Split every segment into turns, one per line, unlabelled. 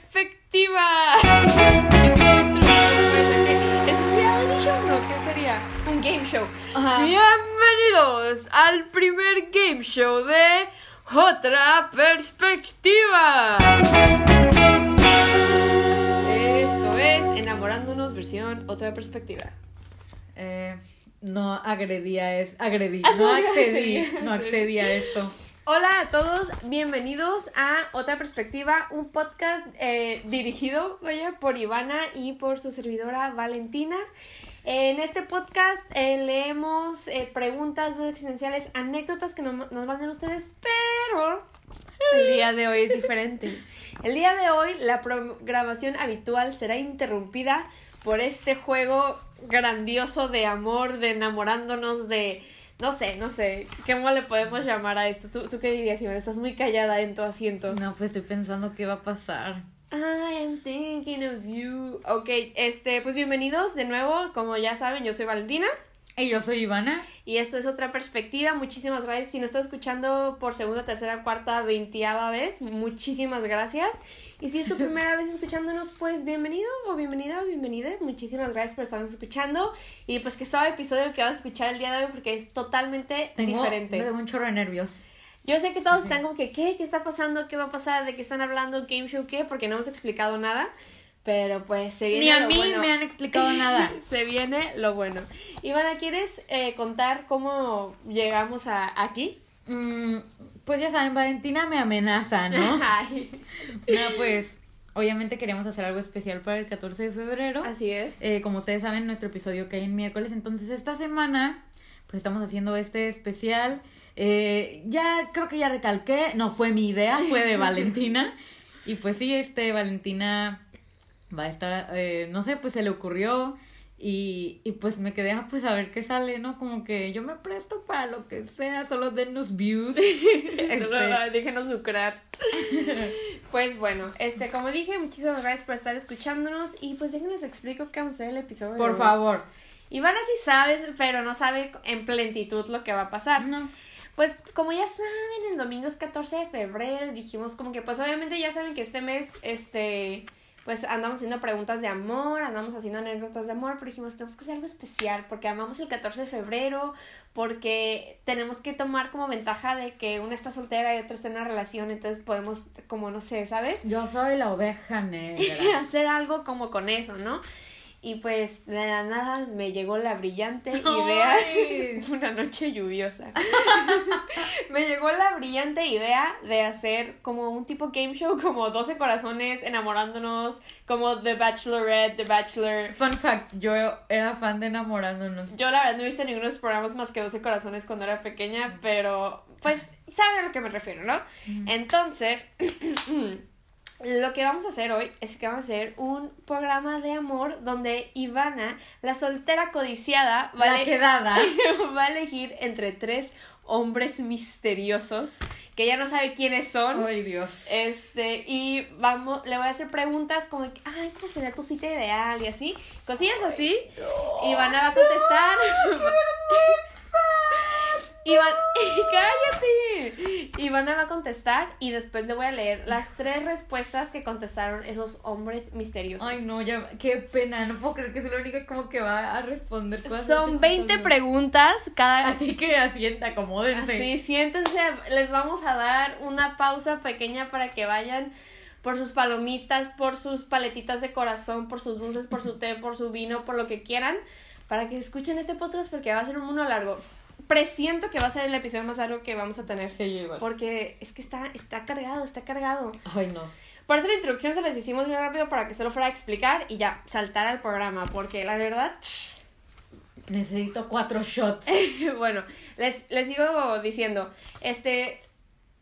activa. ¿Es un reality show? No, ¿qué sería?
Un game show.
Bienvenidos al primer game show de Otra Perspectiva. Esto es Enamorándonos versión Otra Perspectiva.
Eh, no agredí a es, agredí,
Ah,
no
no,
accedí,
accedí.
no accedí a esto.
Hola a todos, bienvenidos a Otra Perspectiva, un podcast eh, dirigido vaya, por Ivana y por su servidora Valentina. En este podcast eh, leemos eh, preguntas, dudas existenciales, anécdotas que no- nos mandan ustedes, pero el día de hoy es diferente. El día de hoy la programación habitual será interrumpida por este juego grandioso de amor, de enamorándonos, de... No sé, no sé, ¿cómo le podemos llamar a esto? ¿Tú, tú qué dirías, Iván? Estás muy callada en tu asiento.
No, pues estoy pensando qué va a pasar.
I am thinking of you. Ok, este, pues bienvenidos de nuevo. Como ya saben, yo soy Valentina.
Y yo soy Ivana.
Y esto es otra perspectiva. Muchísimas gracias. Si nos está escuchando por segunda, tercera, cuarta, veintiava vez, muchísimas gracias. Y si es tu primera vez escuchándonos, pues bienvenido o bienvenida o bienvenida. Muchísimas gracias por estarnos escuchando. Y pues que suave episodio el que vas a escuchar el día de hoy porque es totalmente
Tengo,
diferente.
tengo un chorro de nervios.
Yo sé que todos están como que, ¿qué? ¿Qué está pasando? ¿Qué va a pasar? ¿De qué están hablando? ¿Game show qué? Porque no hemos explicado nada. Pero pues se viene
Ni a
lo
mí
bueno.
me han explicado nada.
Se viene lo bueno. Ivana, ¿quieres eh, contar cómo llegamos a aquí?
Mm, pues ya saben, Valentina me amenaza, ¿no?
Ay,
no, pues obviamente queríamos hacer algo especial para el 14 de febrero.
Así es.
Eh, como ustedes saben, nuestro episodio cae en miércoles. Entonces, esta semana, pues estamos haciendo este especial. Eh, ya creo que ya recalqué, no fue mi idea, fue de Valentina. Y pues sí, este Valentina va a estar, eh, no sé, pues se le ocurrió. Y, y pues me quedé, ah, pues a ver qué sale, ¿no? Como que yo me presto para lo que sea, solo dennos views. Este,
Solo, ah, Déjenos lucrar. pues bueno, este, como dije, muchísimas gracias por estar escuchándonos. Y pues déjenos explico qué vamos a hacer el episodio. de
por
hoy.
favor.
Ivana sí sabe, pero no sabe en plenitud lo que va a pasar.
No.
Pues como ya saben, el domingo es 14 de febrero y dijimos como que pues obviamente ya saben que este mes, este, pues andamos haciendo preguntas de amor, andamos haciendo anécdotas de amor, pero dijimos tenemos que hacer algo especial porque amamos el 14 de febrero, porque tenemos que tomar como ventaja de que una está soltera y otra está en una relación, entonces podemos como no sé, ¿sabes?
Yo soy la oveja negra.
hacer algo como con eso, ¿no? Y pues de la nada me llegó la brillante idea.
Ay.
Una noche lluviosa. me llegó la brillante idea de hacer como un tipo game show, como 12 corazones enamorándonos, como The Bachelorette, The Bachelor.
Fun fact, yo era fan de enamorándonos.
Yo la verdad no he visto ninguno de los programas más que 12 corazones cuando era pequeña, pero pues saben a lo que me refiero, ¿no? Entonces, lo que vamos a hacer hoy es que vamos a hacer un programa de amor donde Ivana, la soltera codiciada, va, a
La
ele-
quedada.
va a elegir entre tres hombres misteriosos que ella no sabe quiénes son.
Ay, Dios.
Este, y vamos, le voy a hacer preguntas como, que, ay, ¿cómo sería tu cita ideal? Y así, cosillas así. Y van a contestar. Iván, cállate. Ivana va a contestar y después le voy a leer las tres respuestas que contestaron esos hombres misteriosos.
Ay, no, ya, qué pena, no puedo creer que es la única como que va a responder cosas.
Son 20
preguntas.
preguntas cada
este Así que asienta, acomódense.
Así, siéntense, les vamos a dar una pausa pequeña para que vayan por sus palomitas, por sus paletitas de corazón, por sus dulces, por su té, por su vino, por lo que quieran, para que escuchen este podcast porque va a ser un uno largo. Presiento que va a ser el episodio más largo que vamos a tener.
Sí, yo igual.
Porque es que está, está cargado, está cargado.
Ay, no.
Por eso la introducción se les hicimos muy rápido para que se lo fuera a explicar y ya saltar al programa. Porque la verdad,
Necesito cuatro shots.
bueno, les, les sigo diciendo, este,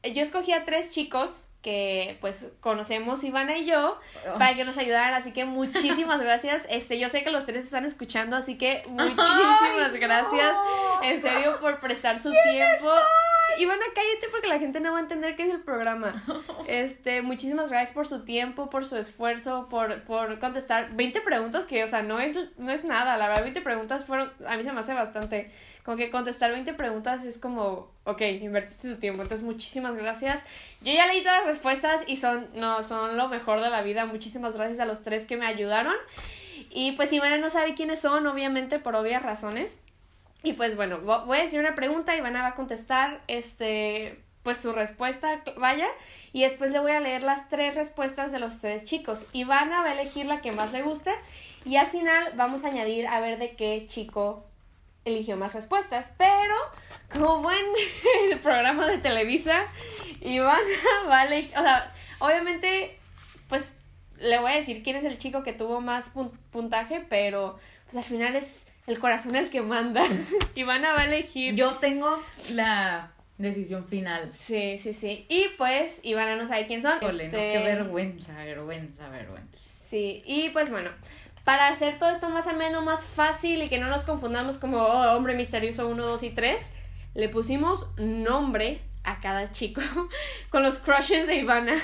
yo escogí a tres chicos que pues conocemos Ivana y yo para que nos ayudaran, así que muchísimas gracias. Este, yo sé que los tres están escuchando, así que muchísimas
Ay,
gracias
no.
en serio por prestar su tiempo Ivana, cállate porque la gente no va a entender qué es el programa. Este, muchísimas gracias por su tiempo, por su esfuerzo, por, por contestar 20 preguntas que, o sea, no es, no es nada. La verdad, 20 preguntas fueron, a mí se me hace bastante. Como que contestar 20 preguntas es como, ok, invertiste tu tiempo. Entonces, muchísimas gracias. Yo ya leí todas las respuestas y son, no, son lo mejor de la vida. Muchísimas gracias a los tres que me ayudaron. Y pues Ivana no sabe quiénes son, obviamente, por obvias razones. Y pues bueno, vo- voy a decir una pregunta, Ivana va a contestar este pues su respuesta, vaya, y después le voy a leer las tres respuestas de los tres chicos. Ivana va a elegir la que más le guste y al final vamos a añadir a ver de qué chico eligió más respuestas, pero como buen programa de Televisa, Ivana va a elegir, o sea, obviamente pues le voy a decir quién es el chico que tuvo más pun- puntaje, pero pues al final es el corazón el que manda. Ivana va a elegir.
Yo tengo la decisión final.
Sí, sí, sí. Y pues Ivana no sabe quién son.
Híjole, no,
Este,
qué vergüenza, vergüenza, vergüenza.
Sí, y pues bueno, para hacer todo esto más ameno, más fácil y que no nos confundamos como oh, hombre misterioso 1, 2 y 3, le pusimos nombre a cada chico con los crushes de Ivana.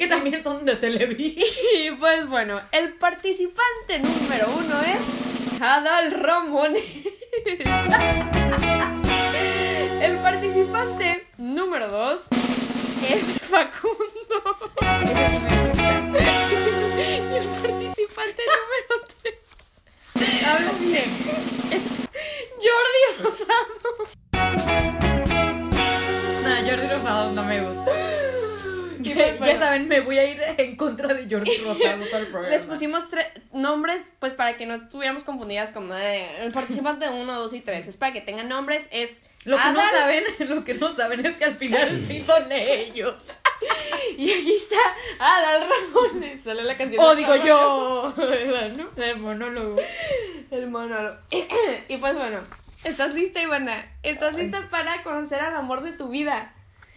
Que también son de Televisa.
Y pues bueno, el participante número uno es Adal Ramón. El participante número dos es Facundo. Y el participante número tres
Hablo bien.
Jordi Rosado.
No, Jordi Rosado no me gusta.
Y
Ya,
pues, bueno,
saben, me voy a ir en contra de Jordi Rosado todo el programa.
les pusimos tres nombres pues para que no estuviéramos confundidas como eh, el participante uno, dos y tres. Es para que tengan nombres, es
Lo que no
Adal,
saben, lo que no saben es que al final sí son ellos.
Y aquí está Adal Ramones. Sale la canción.
O
de
Oh, digo
Adal
yo, ¿no? El monólogo.
Ramones. El monólogo. y pues bueno, ¿estás lista, Ivana? ¿Estás lista para conocer al amor de tu vida?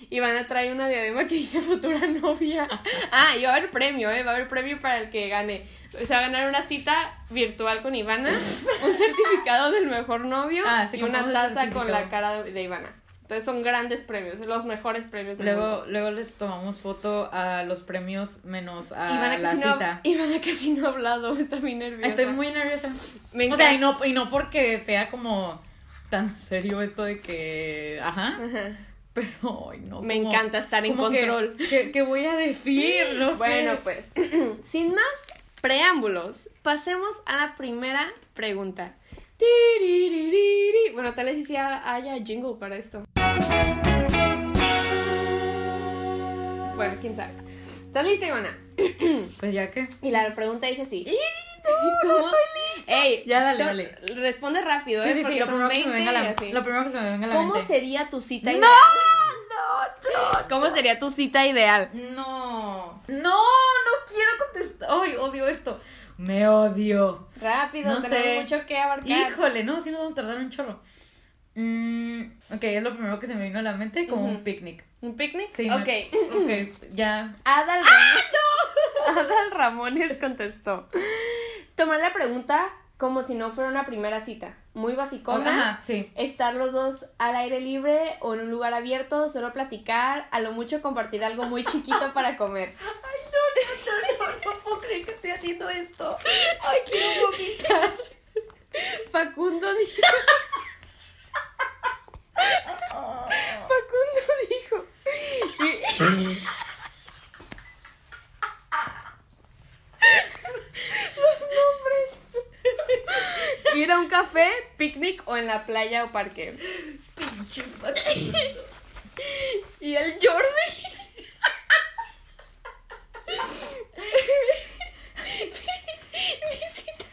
Ivana trae una diadema que dice futura novia. Ah, y va a haber premio, ¿eh? Va a haber premio para el que gane. Se va a ganar una cita virtual con Ivana, un certificado del mejor novio
Ah, sí,
y una
compramos el
taza con la
certificado.
cara de, de Ivana. Entonces son grandes premios, los mejores premios del mundo.
Luego, luego les tomamos foto a los premios menos a
Ivana
la
casi, no,
cita.
Ivana casi no ha hablado, está muy nerviosa.
Estoy muy nerviosa.
Me
O
encanta.
sea, y no, y no porque sea como tan serio esto de que. Ajá.
Ajá.
Pero, ay, no.
Me
como-
encanta estar en
como que-
control.
¿Qué qué voy a decir? No sé.
Bueno, pues, sin más preámbulos, pasemos a la primera pregunta. Tiriririri. Bueno, tal vez sí sea- haya jingle para esto. Bueno, quién sabe. ¿Estás lista, Ivana?
Pues ya que.
Y la pregunta dice así. ¿Cómo? Ey,
Ya, dale,
son-
dale.
Responde rápido, ¿eh?
Sí, sí, sí,
Porque
lo
son
primero, que se me
20
venga a
y
la,
así.
lo primero que se me venga a la
¿Cómo
mente.
sería tu cita
¡No!
ideal?
¡No, no!
¿Cómo sería tu cita ideal?
No, no, no quiero contestar. Ay, odio esto. Me odio.
Rápido,
No
tenemos
sé.
mucho que abarcar.
Híjole, no, si nos vamos a tardar un chorro. Mm, ok, es lo primero que se me vino a la mente, como
Ujú.
un picnic.
¿Un picnic?
Sí, me-
ok.
ok, ya.
Adal Ramones. Adal Ramones contestó. Tomar la pregunta como si no fuera una primera cita. Muy basicona.
Oh, Ajá, sí.
Estar los dos al aire libre o en un lugar abierto, solo platicar, a lo mucho compartir algo muy chiquito para comer.
No, no puedo creer que estoy haciendo esto. Ay, quiero vomitar.
Facundo dijo. Facundo dijo. Y- Los nombres. Ir a un café, picnic o en la playa o parque. Y el Jordi. Mi cita.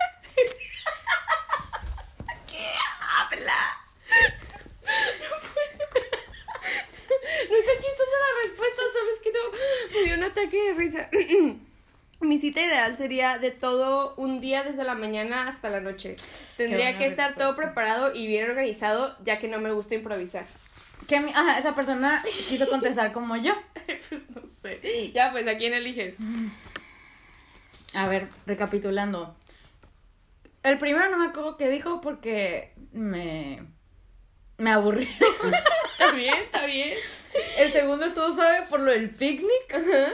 No está chistosa la respuesta, sabes que no. Me dio un ataque de risa. Mi cita ideal sería de todo un día desde la mañana hasta la noche. Tendría
buena
que estar todo
respuesta.
preparado y bien organizado, ya que no me gusta improvisar.
Que a mí- ajá, esa persona quiso contestar como yo.
pues no sé. Ya, pues, ¿a quién eliges?
A ver, recapitulando. El primero no me acuerdo qué dijo porque me. Me aburrí.
Está bien, está bien.
El segundo estuvo suave por lo del picnic.
Ajá.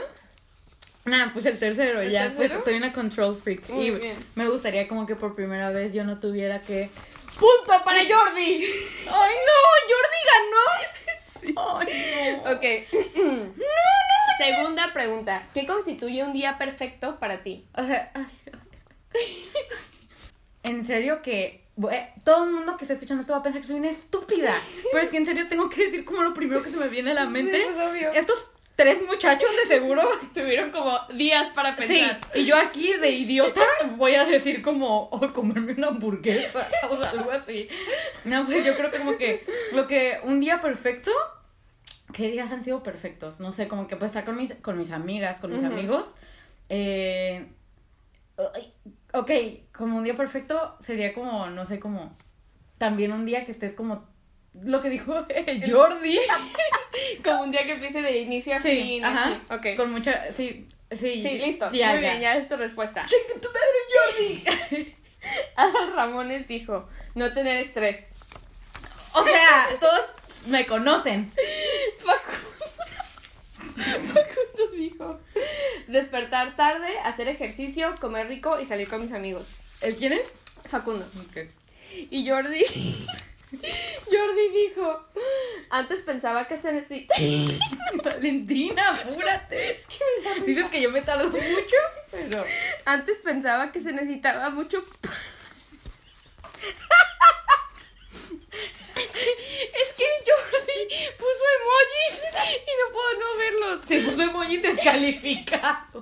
Nah, pues el tercero,
¿El
ya.
tercero?
Pues soy una control freak.
Muy
y
bien.
me gustaría como que por primera vez yo no tuviera que.
¡Punto para Jordi!
¡Ay, no! ¡Jordi ganó! ¡Ay, no!
Ok. Segunda pregunta. ¿Qué constituye un día perfecto para ti?
O sea, ay, ay. en serio que bue- todo el mundo que está escuchando esto va a pensar que soy una estúpida. Pero es que en serio tengo que decir como lo primero que se me viene a la mente.
Sí, pues, obvio.
Estos tres muchachos de seguro.
Tuvieron como días para
Sí,
pensar.
y yo aquí de idiota voy a decir como, oh, comerme una hamburguesa o sea, algo así. No, pues yo creo que como que lo que un día perfecto, ¿qué días han sido perfectos? No sé, como que puedo estar con mis, con mis amigas, con mis
Ujú.
amigos. Eh, ay, ok, como un día perfecto sería como, no sé, como también un día que estés como lo que dijo eh, Jordi.
Como un día que empiece de inicio a
Sí,
fin.
ajá.
así. Ok.
Con mucha, sí, sí.
Sí, listo.
ya,
Muy
ya.
bien, ya es tu respuesta.
Chinga tu madre, Jordi.
Adal Ramones dijo, no tener estrés.
O sea, todos me conocen.
Facundo, Facundo dijo, despertar tarde, hacer ejercicio, comer rico y salir con mis amigos.
¿El quién es?
Facundo. Y Jordi. Jordi dijo, antes pensaba que se necesita.
Valentina, apúrate. Dices que yo me tardo mucho, pero.
Antes pensaba que se necesitaba mucho. pa- Es que Jordi puso emojis y no puedo no verlos.
Se puso emoji descalificado.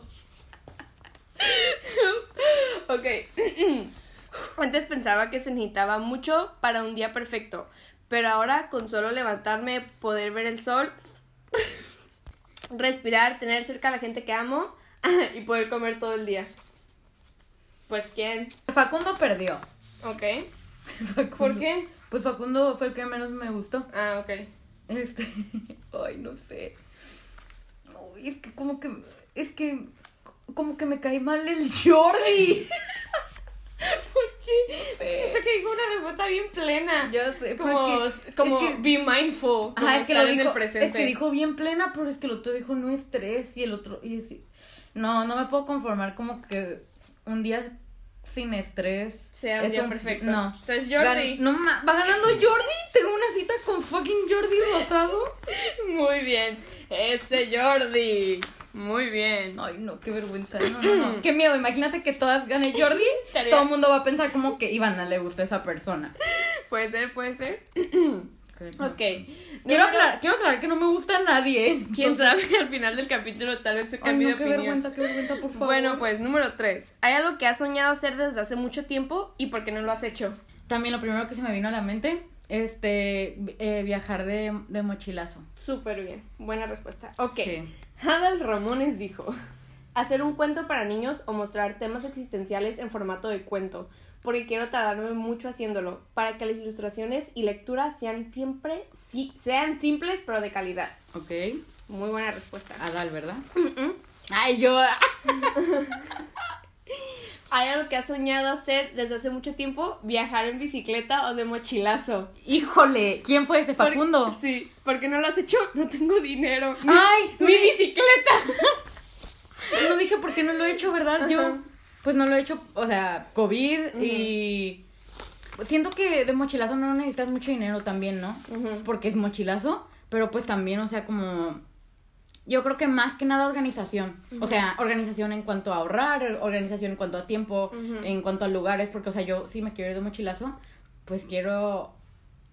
Ok. Antes pensaba que se necesitaba mucho para un día perfecto, pero ahora con solo levantarme, poder ver el sol, respirar, tener cerca a la gente que amo y poder comer todo el día. Pues quién,
Facundo perdió.
ok.
Facundo.
¿Por qué?
Pues Facundo fue el que menos me gustó.
Ah, ok.
Este. Ay, no sé. Ay, es que como que. Es que. Como que me cae mal el Jordi.
¿Por qué?
No sé.
Siento que dijo una respuesta bien plena.
Ya sé, pero
como,
es que-
como
es que-
be mindful. como
Ajá, es que
estar
lo
en
dijo,
el presente.
es que dijo bien plena, pero es que el otro dijo no estrés y el otro y así. No, no me puedo conformar como que un día sin estrés
Sea un
es
día perfecto.
No.
Entonces, Jordi.
Gan- no ma- va ganando Jordi. Tengo una cita con fucking Jordi Rosado.
Muy bien. Ese Jordi. Muy bien.
Ay, no, qué vergüenza. No, no, no. Qué miedo. Imagínate que todas gane Jordi.
Estaría-
Todo el mundo va a pensar como que Ivana le gusta esa persona.
Puede ser, puede ser. Ok.
Quiero
Número-
aclarar, quiero aclarar que no me gusta a nadie. ¿eh?
Quién sabe, al final del capítulo tal vez se
Ay,
cambie
no, qué
de opinión.
vergüenza, qué vergüenza, por favor.
Bueno, pues número 3. ¿Hay algo que has soñado hacer desde hace mucho tiempo y por qué no lo has hecho?
También lo primero que se me vino a la mente, este, vi- eh, viajar de, de mochilazo.
Súper bien. Buena respuesta. Ok.
Sí.
Adal Ramones dijo: Hacer un cuento para niños o mostrar temas existenciales en formato de cuento, porque quiero tardarme mucho haciéndolo, para que las ilustraciones y lecturas sean siempre sí, sean simples pero de calidad.
Ok.
Muy buena respuesta.
Adal, ¿verdad? mm.
Mm-mm.
Ay, yo. ah,
Hay algo que has soñado hacer desde hace mucho tiempo: viajar en bicicleta o de mochilazo.
Híjole, ¿quién fue ese
¿Por-
Facundo? Ah,
sí, ¿por qué no lo has hecho? No tengo dinero. Ni-
Ay,
ni bicicleta.
No dije por qué no lo he hecho, ¿verdad? Yo,
Ajá.
pues no lo he hecho, o sea, COVID y. Siento que de mochilazo no necesitas mucho dinero también, ¿no?
Ujú.
Porque es mochilazo, pero pues también, o sea, como. Yo creo que más que nada organización. O sea, organización en cuanto a ahorrar, organización en cuanto a tiempo,
Ujú.
en cuanto a lugares, porque, o sea, yo si me quiero ir de mochilazo, pues quiero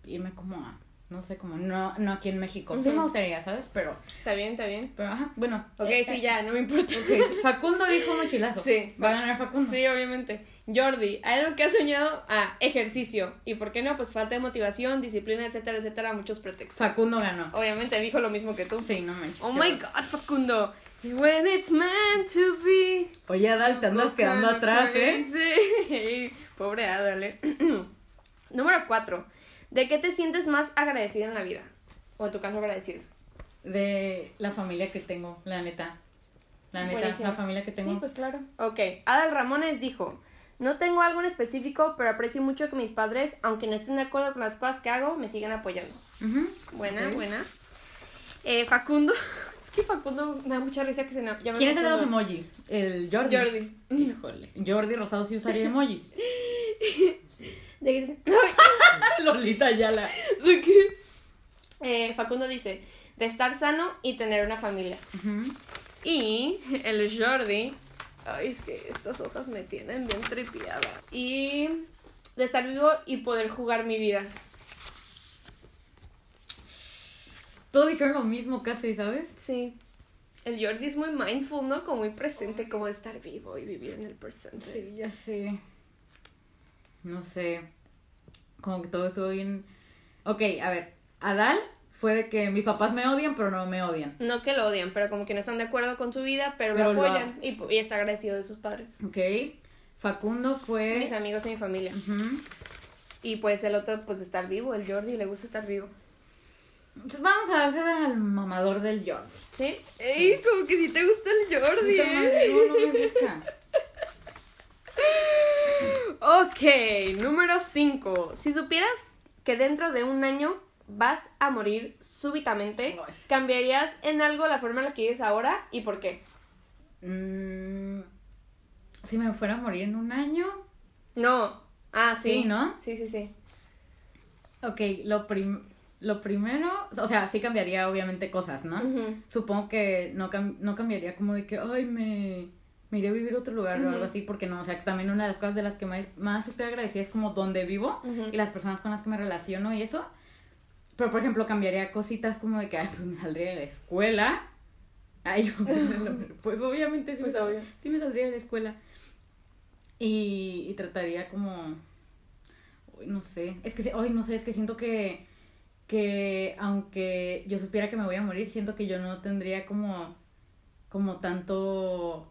irme como a. No sé, como no, no aquí en México. Sí
Ujú.
me gustaría, ¿sabes? Pero,
Está bien, está bien.
pero ajá, bueno.
Ok,
Eh,
sí, ya, no me importa.
Ok, Facundo dijo mochilazo.
Sí.
Va a ganar Facundo.
Sí, obviamente. Jordi, ¿hay algo que has soñado? Ah, ejercicio. ¿Y por qué no? Pues falta de motivación, disciplina, etcétera, etcétera, muchos pretextos.
Facundo ganó.
Obviamente dijo lo mismo que tú.
Sí, no manches.
Oh
qué
my
horror.
god, Facundo. When it's meant to be.
Oye, Adal, te andas quedando atrás, ¿eh?
Sí. Pobre Adal, ¿eh? Número 4. ¿De qué te sientes más agradecido en la vida? O en tu caso agradecido.
De la familia que tengo, la neta. La neta,
Buenísimo.
la familia que tengo.
Sí, pues claro. Ok, Adal Ramones dijo, No tengo algo en específico, pero aprecio mucho que mis padres, aunque no estén de acuerdo con las cosas que hago, me sigan apoyando.
Ujú.
Buena, buena. Eh, Facundo. Es que Facundo me da mucha risa que se na- llame
¿Quién es el de los
Facundo.
emojis? El Jordi.
Jordi.
Híjole. Jordi Rosado sí usaría emojis.
De- Ah,
Lolita Yala.
¿De qué? Eh, Facundo dice, de estar sano y tener una familia. Y el Jordi, ay, es que estas hojas me tienen bien trepiada. Y de estar vivo y poder jugar mi vida.
Todos dijeron lo mismo casi, ¿sabes?
Sí. El Jordi es muy mindful, ¿no? Como muy presente, como de estar vivo y vivir en el presente.
ya sé. No sé. Como que todo estuvo bien. Ok, a ver. Adal fue de que mis papás me odian, pero no me odian.
No que lo odian, pero como que no están de acuerdo con su vida, pero,
Pero
lo
lo
apoyan. Y, po- y está agradecido de sus padres.
Ok. Facundo fue.
Mis amigos y mi familia.
Ujú.
Y pues el otro, pues de estar vivo. El Jordi le gusta estar vivo.
Entonces, Pues Vamos a hacer al mamador del Jordi.
¿Sí? Ey, como que si te gusta el Jordi, ¿eh?
Puta madre, no, no me gusta.
Ok, número 5. Si supieras que dentro de un año vas a morir súbitamente,
Ay.
¿cambiarías en algo la forma en la que vives ahora y por qué?
Mm, si me fuera a morir en un año.
No. Ah, sí.
Sí, ¿no?
Sí, sí, sí.
Ok, lo, prim- lo primero. O sea, sí cambiaría obviamente cosas, ¿no?
Ujú.
Supongo que no, cam- no cambiaría como de que, ay, me, me iré a vivir a otro lugar o
Ujú.
algo así, porque no, o sea, que también una de las cosas de las que más, más estoy agradecida es como donde vivo
Ujú.
y las personas con las que me relaciono y eso. Pero, por ejemplo, cambiaría cositas como de que, ay, pues me saldría de la escuela. Ay, yo- pues obviamente sí,
Pues
me, sal-
obvio.
sí me saldría de la escuela. Y, y trataría como, uy, no sé, es que, sí- ay, no sé, es que siento que que aunque yo supiera que me voy a morir, siento que yo no tendría como como tanto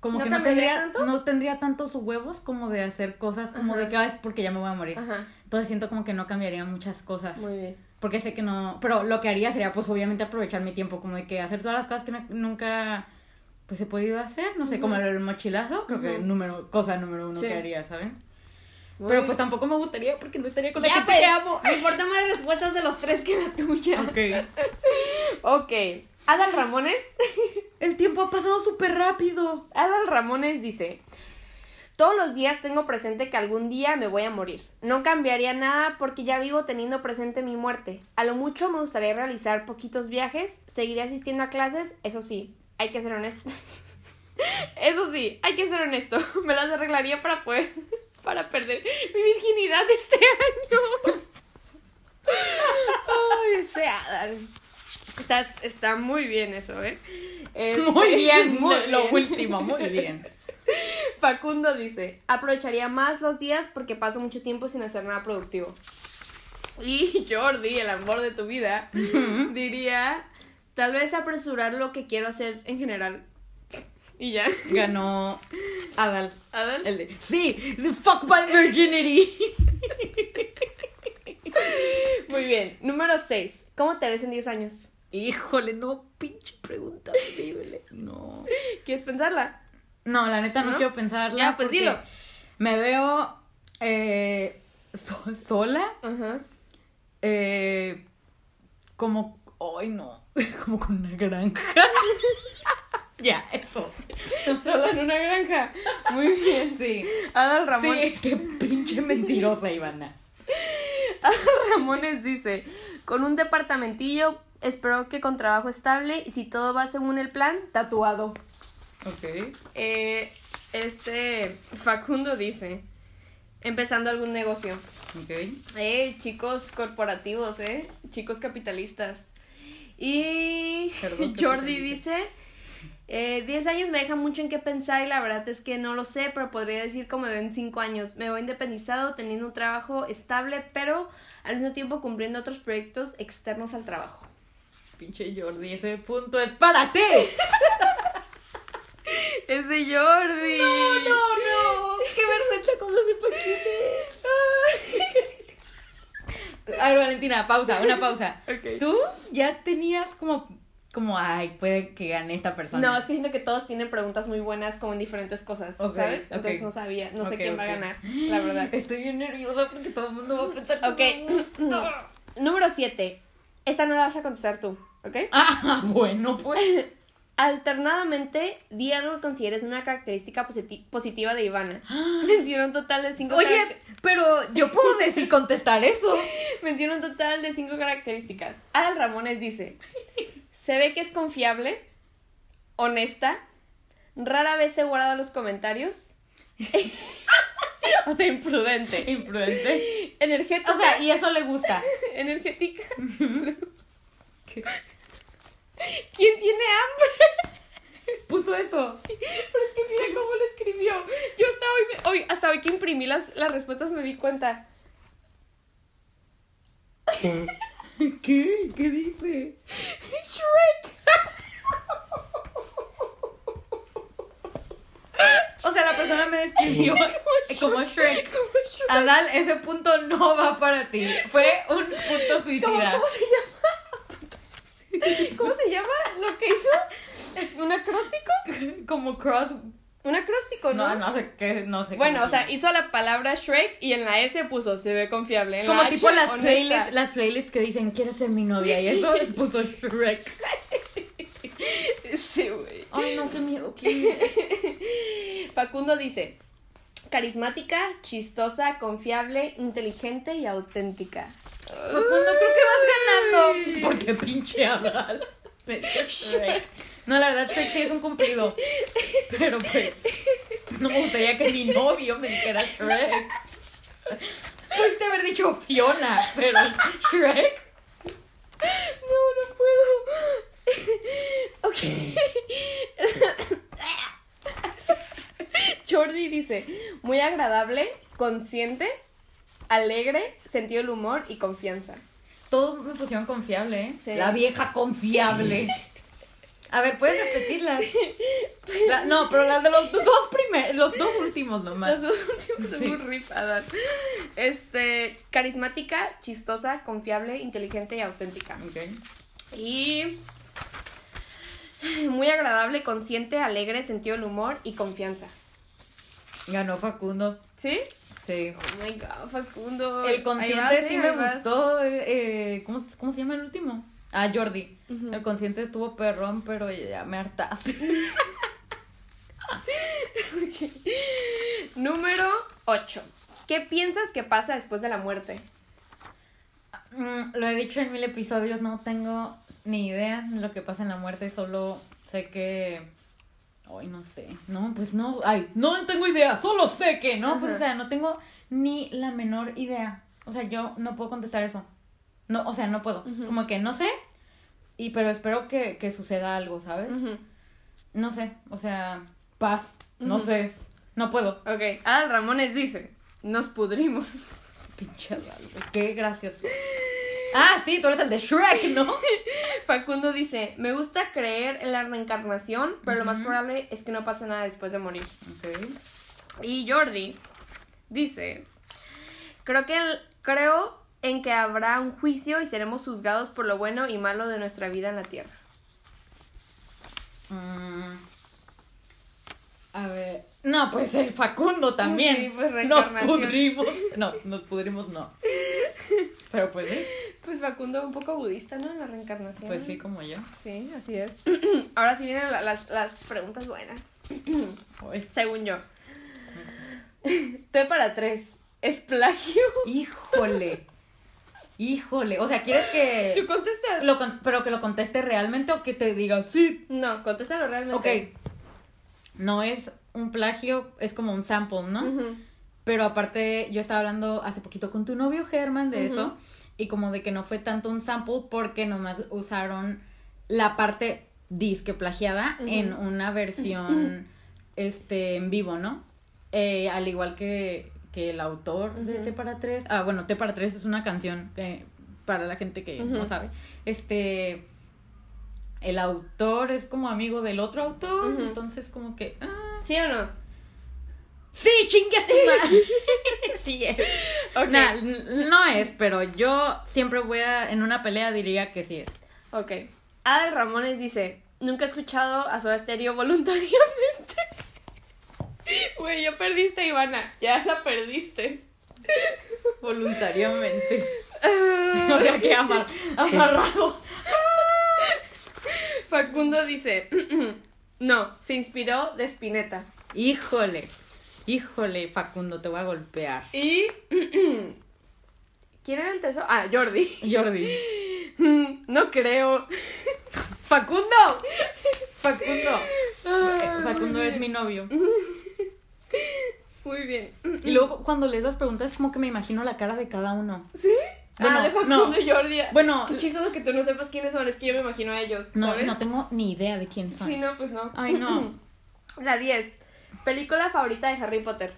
como
¿No
que no
cambiarías
tendría
tanto?
no tendría tantos huevos como de hacer cosas como
Ajá.
de que "Ah, es porque ya me voy a morir.
Ajá.
Entonces siento como que no cambiaría muchas cosas,
Muy bien.
porque sé que no, pero lo que haría sería pues obviamente aprovechar mi tiempo como de que hacer todas las cosas que no- nunca pues he podido hacer, no sé, como el mochilazo, creo que
Ujú.
número cosa número uno
Sí.
que haría, ¿saben?
Muy
Pero
bien.
pues tampoco me gustaría porque no estaría con la
ya,
gente
pues,
que amo.
me importan más las respuestas de los tres que la tuya.
Ok.
Ok. Adal Ramones
El tiempo ha pasado súper rápido.
Adal Ramones dice, todos los días tengo presente que algún día me voy a morir. No cambiaría nada porque ya vivo teniendo presente mi muerte. A lo mucho me gustaría realizar poquitos viajes, seguiré asistiendo a clases, eso sí, hay que ser honesto. eso sí, hay que ser honesto. Me las arreglaría para poder, para perder mi virginidad este año. Ay, ese Adal. Estás, está muy bien eso, ¿eh? Este,
Muy bien, muy- lo
bien.
último, muy bien.
Facundo dice, aprovecharía más los días porque paso mucho tiempo sin hacer nada productivo. Y Jordi, el amor de tu vida, diría, tal vez apresurar lo que quiero hacer en general. Y ya.
Ganó Adal.
A ver.
El de, sí, the fuck my virginity.
Muy bien. Número 6. ¿Cómo te ves en 10 años?
Híjole, no, pinche pregunta horrible. No.
¿Quieres pensarla?
No, la neta no,
¿No?
quiero pensarla.
Ya, pues,
porque
dilo.
Me veo eh, so- sola,
Ajá.
eh, como, ay no, como con una granja. ya, eso.
Sola en una granja. Muy bien.
Sí.
Adal Ramón.
Sí, qué pinche mentirosa, Ivana.
Ramones dice, con un departamentillo, espero que con trabajo estable y si todo va según el plan, tatuado.
Ok.
Eh, este Facundo dice, empezando algún negocio.
Ok.
Eh, chicos corporativos, eh, chicos capitalistas. Y
Perdón,
Jordi
capitalista.
dice, eh, 10 años me deja mucho en qué pensar y la verdad es que no lo sé, pero podría decir como me veo en 5 años. Me voy independizado, teniendo un trabajo estable, pero al mismo tiempo cumpliendo otros proyectos externos al trabajo.
Pinche Jordi, ese punto es para ti.
Ese Jordi.
no. Qué vergüenza cuando sepa quién es. A ver, Valentina, pausa, una pausa.
Ok.
Tú ya tenías como como, ay, puede que gane esta persona.
No, es que siento que todos tienen preguntas muy buenas como en diferentes cosas,
Ok,
¿sabes?
ok.
Entonces no sabía, no sé
Ok,
quién va a
ok.
ganar, la verdad.
Estoy bien nerviosa porque todo el mundo va a pensar que
Ok.
me gusta.
Número 7. Esta no la vas a contestar tú, ¿ok?
Ah, bueno, pues.
Alternadamente, di algo que consideres una característica positi- positiva de Ivana. Menciona un total de 5
Oye, pero yo puedo decir contestar eso.
Menciona un total de cinco características. Adal Ramones dice: Se ve que es confiable, honesta, rara vez se guarda los comentarios. o sea, imprudente.
Imprudente.
Energética.
O sea, y eso le gusta.
energética. ¿Quién tiene hambre?
Puso eso.
Pero es que mira cómo lo escribió. Yo hasta hoy, me- hoy- hasta hoy que imprimí las, las respuestas me di cuenta.
¿Qué? ¿Qué dice?
¡Shrek!
O sea, la persona me describió como Shrek.
Como Shrek.
Adal, ese punto no va para ti. Fue un punto
¿Cómo,
suicida.
cómo se llama? ¿Cómo se llama lo que hizo? ¿Un acróstico?
Como cross.
Un acróstico, ¿no?
No, no sé qué, no sé.
Bueno,
cómo
o sea, hizo la palabra Shrek y en la S puso se ve confiable. En
Como
la H,
tipo las
honesta.
playlists, las playlists que dicen quiero ser mi novia y eso le puso Shrek.
Sí, güey.
Ay no, qué miedo. qué miedo.
Facundo dice: carismática, chistosa, confiable, inteligente y auténtica.
Facundo, Pues creo que vas ganando. Porque pinche Adal. me dijo Shrek. No, la verdad, Shrek sí es un cumplido. Pero pues, no me gustaría que mi novio me dijera Shrek. Pudiste haber dicho Fiona, pero Shrek.
No, no puedo. ok. Jordi dice, muy agradable, consciente, alegre, sentido del humor y confianza.
Todos me pusieron confiable, ¿eh?
Sí.
La vieja confiable. A ver, ¿puedes repetirlas? La- no, pero las de los dos primeros, los dos últimos nomás.
Los dos últimos
Sí.
son muy rip, Adán. Este, carismática, chistosa, confiable, inteligente y auténtica.
Ok.
Y muy agradable, consciente, alegre, sentido del humor y confianza.
Ganó Facundo.
¿Sí?
Sí.
Oh my god, Facundo.
El
Ahí vas,
consciente sí
eh,
me
ahí vas.
gustó. eh, eh, ¿cómo, cómo se llama el último? Ah, Jordi. El consciente estuvo perrón, pero ya me hartaste.
Número 8. ¿Qué piensas que pasa después de la muerte?
Mm, Lo he dicho en mil episodios, no tengo ni idea de lo que pasa en la muerte, solo sé que... Ay, no sé. No, pues no. Ay, no tengo idea, solo sé que no. Pues,
Ajá.
o sea, no tengo ni la menor idea. O sea, yo no puedo contestar eso. No, o sea, no puedo.
Ujú.
Como que no sé, y pero espero que, que suceda algo, ¿sabes? No sé, o sea, paz, no
Ujú.
sé, no puedo.
Ok, Adal Ramones dice, nos pudrimos.
Pinche Adal, güey, qué gracioso. Ah, sí, tú eres el de Shrek, ¿no?
Facundo dice, me gusta creer en la reencarnación, pero lo más probable es que no pase nada después de morir.
Ok.
Y Jordi dice, creo que el- creo en que habrá un juicio y seremos juzgados por lo bueno y malo de nuestra vida en la tierra.
Mm. A ver. No, pues el Facundo también.
Sí, pues,
nos
reencarnación.
pudrimos. No, nos pudrimos no. Pero pues sí,
Pues Facundo un poco budista, ¿no? En la reencarnación.
pues sí como yo.
Sí, así es. Ahora sí vienen la- las, las preguntas buenas,
Ay.
según yo. T para tres. ¿Es plagio?
Híjole. Híjole. O sea, ¿quieres
¿Tú
que
contestas?
lo con- pero que lo conteste realmente o que te diga sí?
No, contéstalo
Ok.
realmente.
No es un plagio, es como un sample, ¿no?
Ujú.
Pero aparte, yo estaba hablando hace poquito con tu novio Germán de
Ujú.
eso. Y como de que no fue tanto un sample porque nomás usaron la parte disque plagiada
Ujú.
en una versión este en vivo, ¿no? Eh, al igual que, que el autor de
Ujú.
T para tres. Ah, bueno, T para tres es una canción que, para la gente que no
Ujú.
sabe. Este. El autor es como amigo del otro autor.
Ujú.
Entonces, como que. ah,
¿Sí o no?
¡Sí, chingue su madre! sí es.
Ok.
Nah, n- no es, pero yo siempre voy a, en una pelea diría que sí es.
Ok. Adal Ramones dice, nunca he escuchado a Soda Stereo voluntariamente. Güey, ya perdiste, Ivana. Ya la perdiste.
Voluntariamente. o sea, que amar, amarrado.
Facundo dice, no, se inspiró de Spinetta.
Híjole. Híjole, Facundo, te voy a golpear.
Y... ¿Quién era el tercero? Ah, Jordi.
Jordi.
Mm, No creo.
Facundo. Facundo. Eh, Facundo es mi novio.
Muy bien.
Y luego cuando lees las preguntas como que me imagino la cara de cada uno.
¿Sí?
Bueno,
ah, de Facundo
no.
y Jordi.
Bueno,
Qué chistoso que tú no sepas quiénes son, es que yo me imagino a ellos.
no,
¿sabes?
no tengo ni idea de quién son.
Sí, no, pues no.
Ay, no.
La 10. Película favorita de Harry Potter.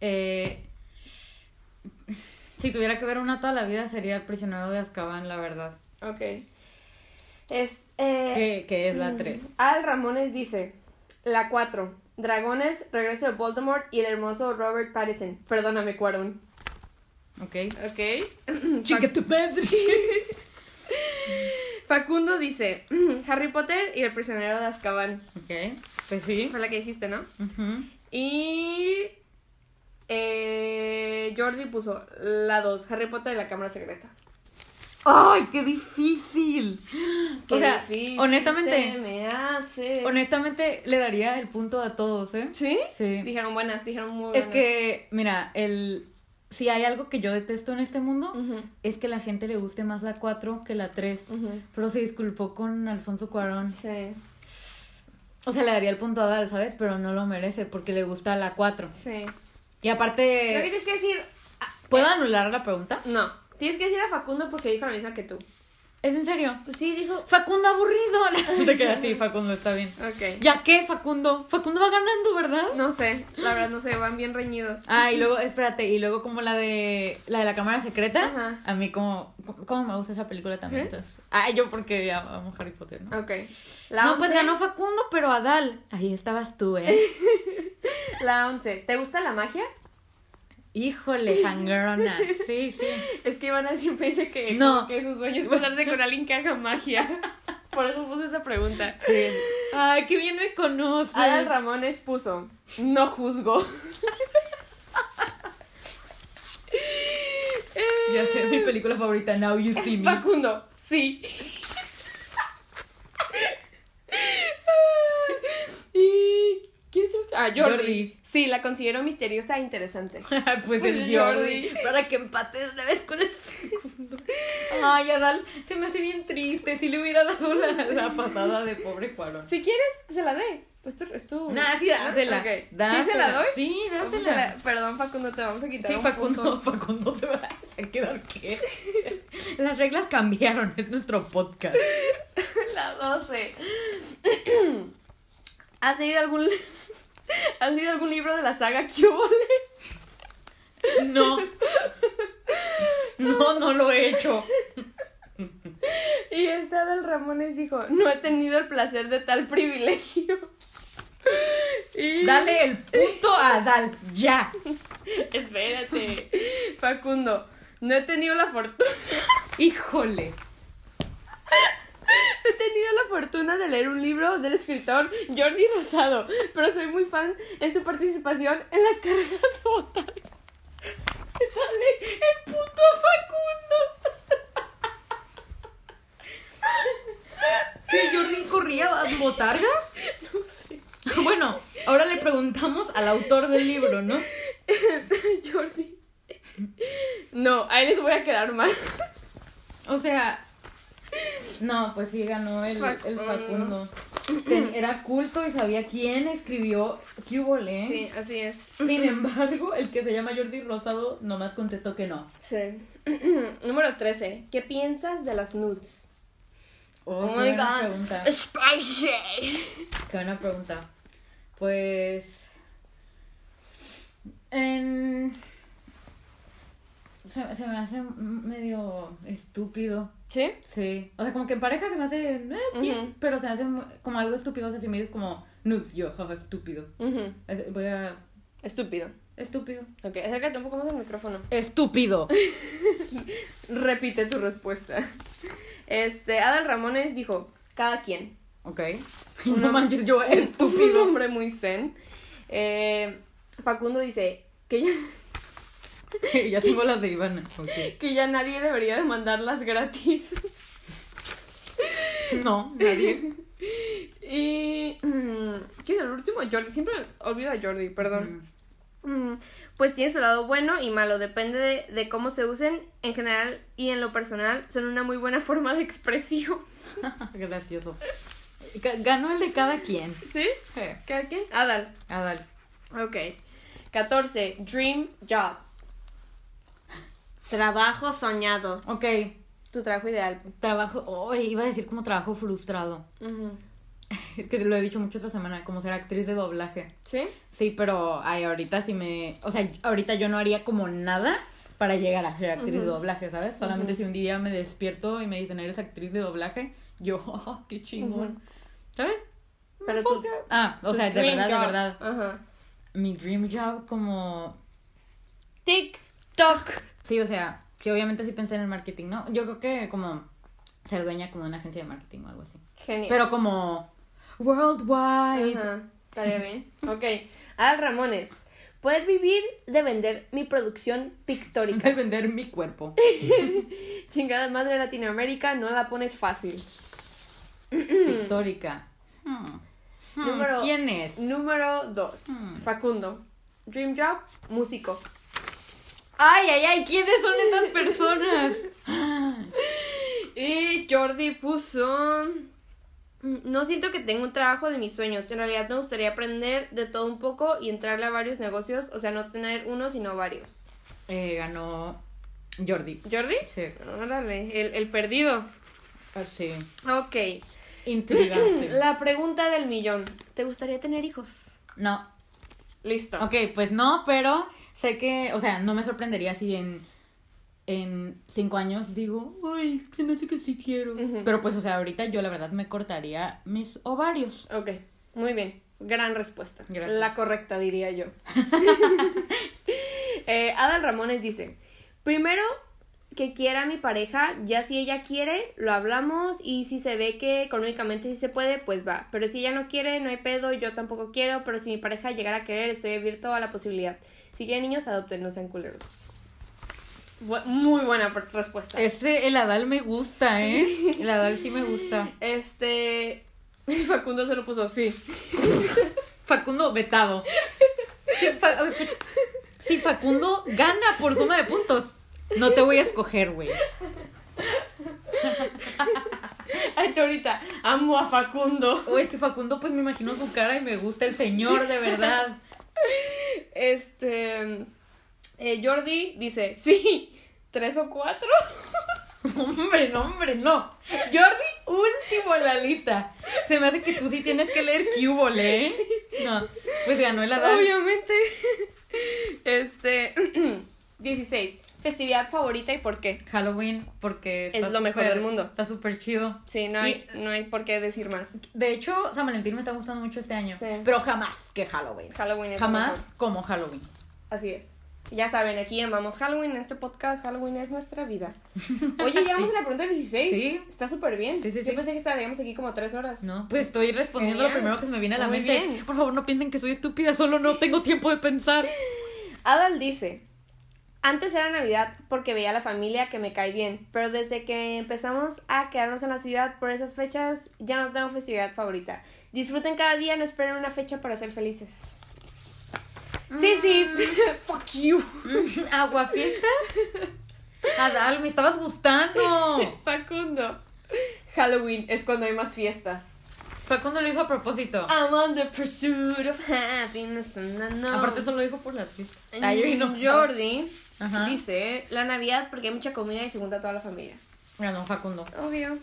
Eh, si tuviera que ver una toda la vida sería El prisionero de Azkaban, la verdad.
Ok. Es, eh,
Que, que es la 3.
Al Ramones dice: La 4. Dragones, regreso de Voldemort y el hermoso Robert Pattinson. Perdóname, Cuarón.
Ok.
Ok.
Chica tu madre.
Facundo dice: Harry Potter y el prisionero de Azkaban.
Ok, pues sí.
Fue la que dijiste, ¿no?
Ujú.
Y. eh, Jordi puso la 2, Harry Potter y la cámara secreta.
¡Ay, qué difícil!
Qué
o sea,
difícil
honestamente,
se me hace.
honestamente le daría el punto a todos, ¿eh?
¿Sí?
Sí.
Dijeron buenas, dijeron muy buenas.
Es que, mira, el si hay algo que yo detesto en este mundo
Ujú,
es que la gente le guste más la 4 que la 3.
ujú.
Pero se disculpó con Alfonso Cuarón.
Sí,
O sea, le daría el punto a Dal, ¿sabes? Pero no lo merece porque le gusta la 4.
sí.
Y
Lo que
aparte,
tienes que decir. ah,
¿puedo anular la pregunta?
No, tienes que decir a Facundo porque dijo lo mismo que tú.
¿Es en serio?
Pues sí, dijo.
Facundo aburrido. No te creas, sí, Facundo está bien.
Ok.
¿Ya qué, Facundo? Facundo va ganando, ¿verdad?
No sé, la verdad no sé, van bien reñidos.
Ah, y luego, espérate, y luego como la de la de la cámara secreta,
Ajá.
a mí como, como me gusta esa película también,
¿Eh?
entonces. Ah, yo porque am- amo Harry Potter, ¿no?
Ok. La
no, pues
11,
ganó Facundo, pero Adal, ahí estabas tú, ¿eh?
La 11. ¿Te gusta la magia?
Híjole, sangrona. Sí, sí.
Es que Ivana siempre dice que,
No.
como que su sueño es casarse con alguien que haga magia. Por eso puse esa pregunta.
Sí. Ay, qué bien me conoces.
Adal Ramones puso, no juzgo.
Ya sé, mi película favorita, Now You See Me.
Eh, Facundo, sí. ¿Y quién es el otro? Ah, Jordi.
Jordi.
Sí, la considero misteriosa e interesante.
pues es Jordi. Para que empates una vez con el segundo. Ay, Adal, se me hace bien triste. Si le hubiera dado la, la pasada de pobre Cuarón.
Si quieres, que se la dé. Pues tú, es tu-
Nah, sí, dásela.
Ok.
dásela.
¿Sí se la doy?
Sí,
Ah, pues
dásela.
se la- Perdón, Facundo, te vamos a quitar
Sí,
un
Facundo,
punto.
Facundo se va se va a quedar qué. Las reglas cambiaron, es nuestro podcast.
La 12. ¿Has leído algún ¿Has leído algún libro de la saga Cubole?
No. No, no lo he hecho.
Y esta del Ramones dijo, no he tenido el placer de tal privilegio. Y...
Dale el punto a Dal, ya.
Espérate. Facundo, no he tenido la fortuna.
Híjole.
He tenido la fortuna de leer un libro del escritor Jordi Rosado, pero soy muy fan en su participación en las carreras de botánica.
Dale el punto a Facundo. ¿Que Jordi corría a botargas?
No sé.
Bueno, ahora le preguntamos al autor del libro, ¿no?
Jordi. No, ahí les voy a quedar mal.
O sea, no, pues sí ganó el,
Fac-
el Facundo. Ten- Era culto y sabía quién escribió ¿Qué hubo, le?
así es.
Sin embargo, el que se llama Jordi Rosado nomás contestó que no.
Sí. Número 13. ¿Qué piensas de las nudes?
Oh, qué buena pregunta.
Spicy.
Qué buena pregunta. Pues. en- Se, se me hace medio estúpido.
¿Sí?
Sí. O sea, como que en pareja se me hace. eh, bien,
Ujú.
Pero se me hace mu- como algo estúpido. O sea, si me dices como nudes, yo, jaja, estúpido.
Ujú.
Eh, Voy a.
Estúpido.
Estúpido.
Ok, acércate un poco más al micrófono.
Estúpido.
Repite tu respuesta. Este, Adal Ramones dijo, cada quien.
Ok. No manches, yo estúpido.
Un hombre muy zen. Eh, Facundo dice que ya,
ya tengo las de Ivana. Ok.
que ya nadie debería de mandarlas gratis.
No, nadie.
Y... mm, ¿Quién es el último? Jordi. Siempre olvido a Jordi, perdón. Mm, Pues tiene su lado bueno y malo, depende de, de cómo se usen en general y en lo personal, son una muy buena forma de expresión.
Mm. Gracioso. Ga- Ganó el de cada quien.
¿Sí? ¿Cada quien? Adal.
Adal.
Ok. 14. Dream job. Trabajo soñado.
Ok.
Tu trabajo ideal.
Trabajo. Oh, iba a decir como trabajo frustrado.
Ujú.
Es que lo he dicho mucho esta semana, como ser actriz de doblaje.
¿Sí?
Sí, pero ay, ahorita sí me. O sea, ahorita yo no haría como nada para llegar a ser actriz de doblaje, ¿sabes? Solamente si un día me despierto y me dicen, eres actriz de doblaje, yo, "Oh, qué chingón.
Ujú.
¿Sabes?
Pero
No puedo
tú-
creer. Ah, o
Tu
sea, de
dream
verdad, de
job.
verdad.
Ajá.
Mi dream job como.
TikTok.
Sí, o sea, sí, obviamente sí pensé en el marketing, ¿no? Yo creo que como ser dueña como de una agencia de marketing o algo así.
Genial.
Pero como worldwide.
Ajá, estaría bien. Ok. Al Ramones. Poder vivir de vender mi producción pictórica.
De vender mi cuerpo.
Chingada madre Latinoamérica, no la pones fácil.
Pictórica. Hmm. Hmm,
Mm. Número-
¿Quién es?
Número 2.
Hmm.
Facundo. Dream job, músico.
Ay, ay, ay, ¿quiénes son esas personas?
Y Jordi puso. "Mm, No siento que tenga un trabajo de mis sueños. En realidad me gustaría aprender de todo un poco y entrarle a varios negocios. O sea, no tener uno, sino varios.
Eh, ganó Jordi.
¿Jordi?
Sí.
Órale, el, el perdido.
Así.
Ok.
Intrigante.
La pregunta del millón. ¿Te gustaría tener hijos?
No.
Listo.
Ok, pues no, pero sé que, o sea, no me sorprendería si en, en cinco años digo, ay, se me hace que sí quiero.
Ujú.
Pero pues, o sea, ahorita yo la verdad me cortaría mis ovarios.
Ok, muy bien. Gran respuesta.
Gracias.
La correcta, diría yo. Eh, Adal Ramones dice, primero que quiera mi pareja, ya si ella quiere, lo hablamos y si se ve que económicamente sí se puede, pues va. Pero si ella no quiere, no hay pedo, yo tampoco quiero, pero si mi pareja llegara a querer, estoy abierto a la posibilidad. Si quieren niños, adopten, no sean culeros. Bu- muy buena pr- respuesta.
Ese, el Adal me gusta, ¿eh? El Adal sí me gusta.
Este... Facundo se lo puso, sí.
Facundo vetado. Si, Fa- o sea, si Facundo gana por suma de puntos, no te voy a escoger, güey.
Ay, tú ahorita, amo a Facundo.
O es que Facundo, pues me imagino su cara y me gusta el señor, de verdad.
Este. eh, Jordi dice: Sí, tres o cuatro.
Hombre, no, hombre, no. Jordi, último en la lista. Se me hace que tú sí tienes que leer Cubole, ¿eh? No, pues ganó el Adal.
Obviamente. Este. 16. Festividad favorita y por qué.
Halloween, porque
Es lo mejor
súper-
del mundo.
Está súper chido.
Sí, no hay, no hay por qué decir más.
De hecho, San Valentín me está gustando mucho este año.
Sí.
Pero jamás que Halloween.
Halloween es lo
Jamás
mejor.
como Halloween.
Así es. Ya saben, aquí amamos Halloween. En este podcast, Halloween es nuestra vida. Oye, ya vamos a la pregunta 16.
Sí.
Está súper bien.
Sí, sí,
Yo
sí.
pensé que estaríamos aquí como tres horas.
No, pues estoy respondiendo lo
Genial.
primero que se me viene a la
Muy
mente.
bien.
Por favor, no piensen que soy estúpida, solo no tengo tiempo de pensar.
Adal dice, antes era Navidad porque veía a la familia que me cae bien, pero desde que empezamos a quedarnos en la ciudad por esas fechas ya no tengo festividad favorita. Disfruten cada día, no esperen una fecha para ser felices. Sí, sí, fuck you. Mm,
¿Aguafiestas? Adal, me estabas gustando.
Facundo. Halloween es cuando hay más fiestas.
Facundo lo hizo a propósito.
I'm on the pursuit of happiness. and I know.
Aparte, solo dijo por las fiestas.
Mm, Jordi
Ajá.
dice, la Navidad porque hay mucha comida y se junta toda la familia.
Ganó Ah, Facundo.
Obvio.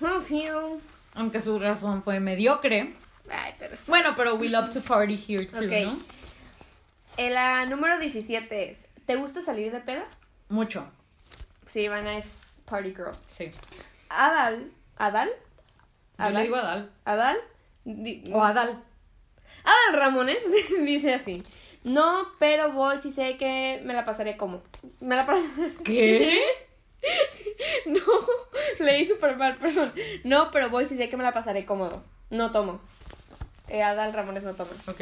Obvio.
Aunque su razón fue mediocre.
Ay, pero es...
Bueno, pero we love to party here too,
Ok.
¿no?
Eh, La número 17 es, ¿te gusta salir de peda?
Mucho.
Sí, Ivana es party girl.
Sí.
Adal, ¿Adal?
Yo
Adal.
le digo Adal.
¿Adal? Di-
O Adal.
Adal Ramones dice así, no, pero voy si sé que me la pasaré como. Me la pasaré...
¿Qué?
no, Leí súper mal, perdón. No, pero voy si sé que me la pasaré cómodo. No tomo. Eh, Adal Ramones no toma.
Ok.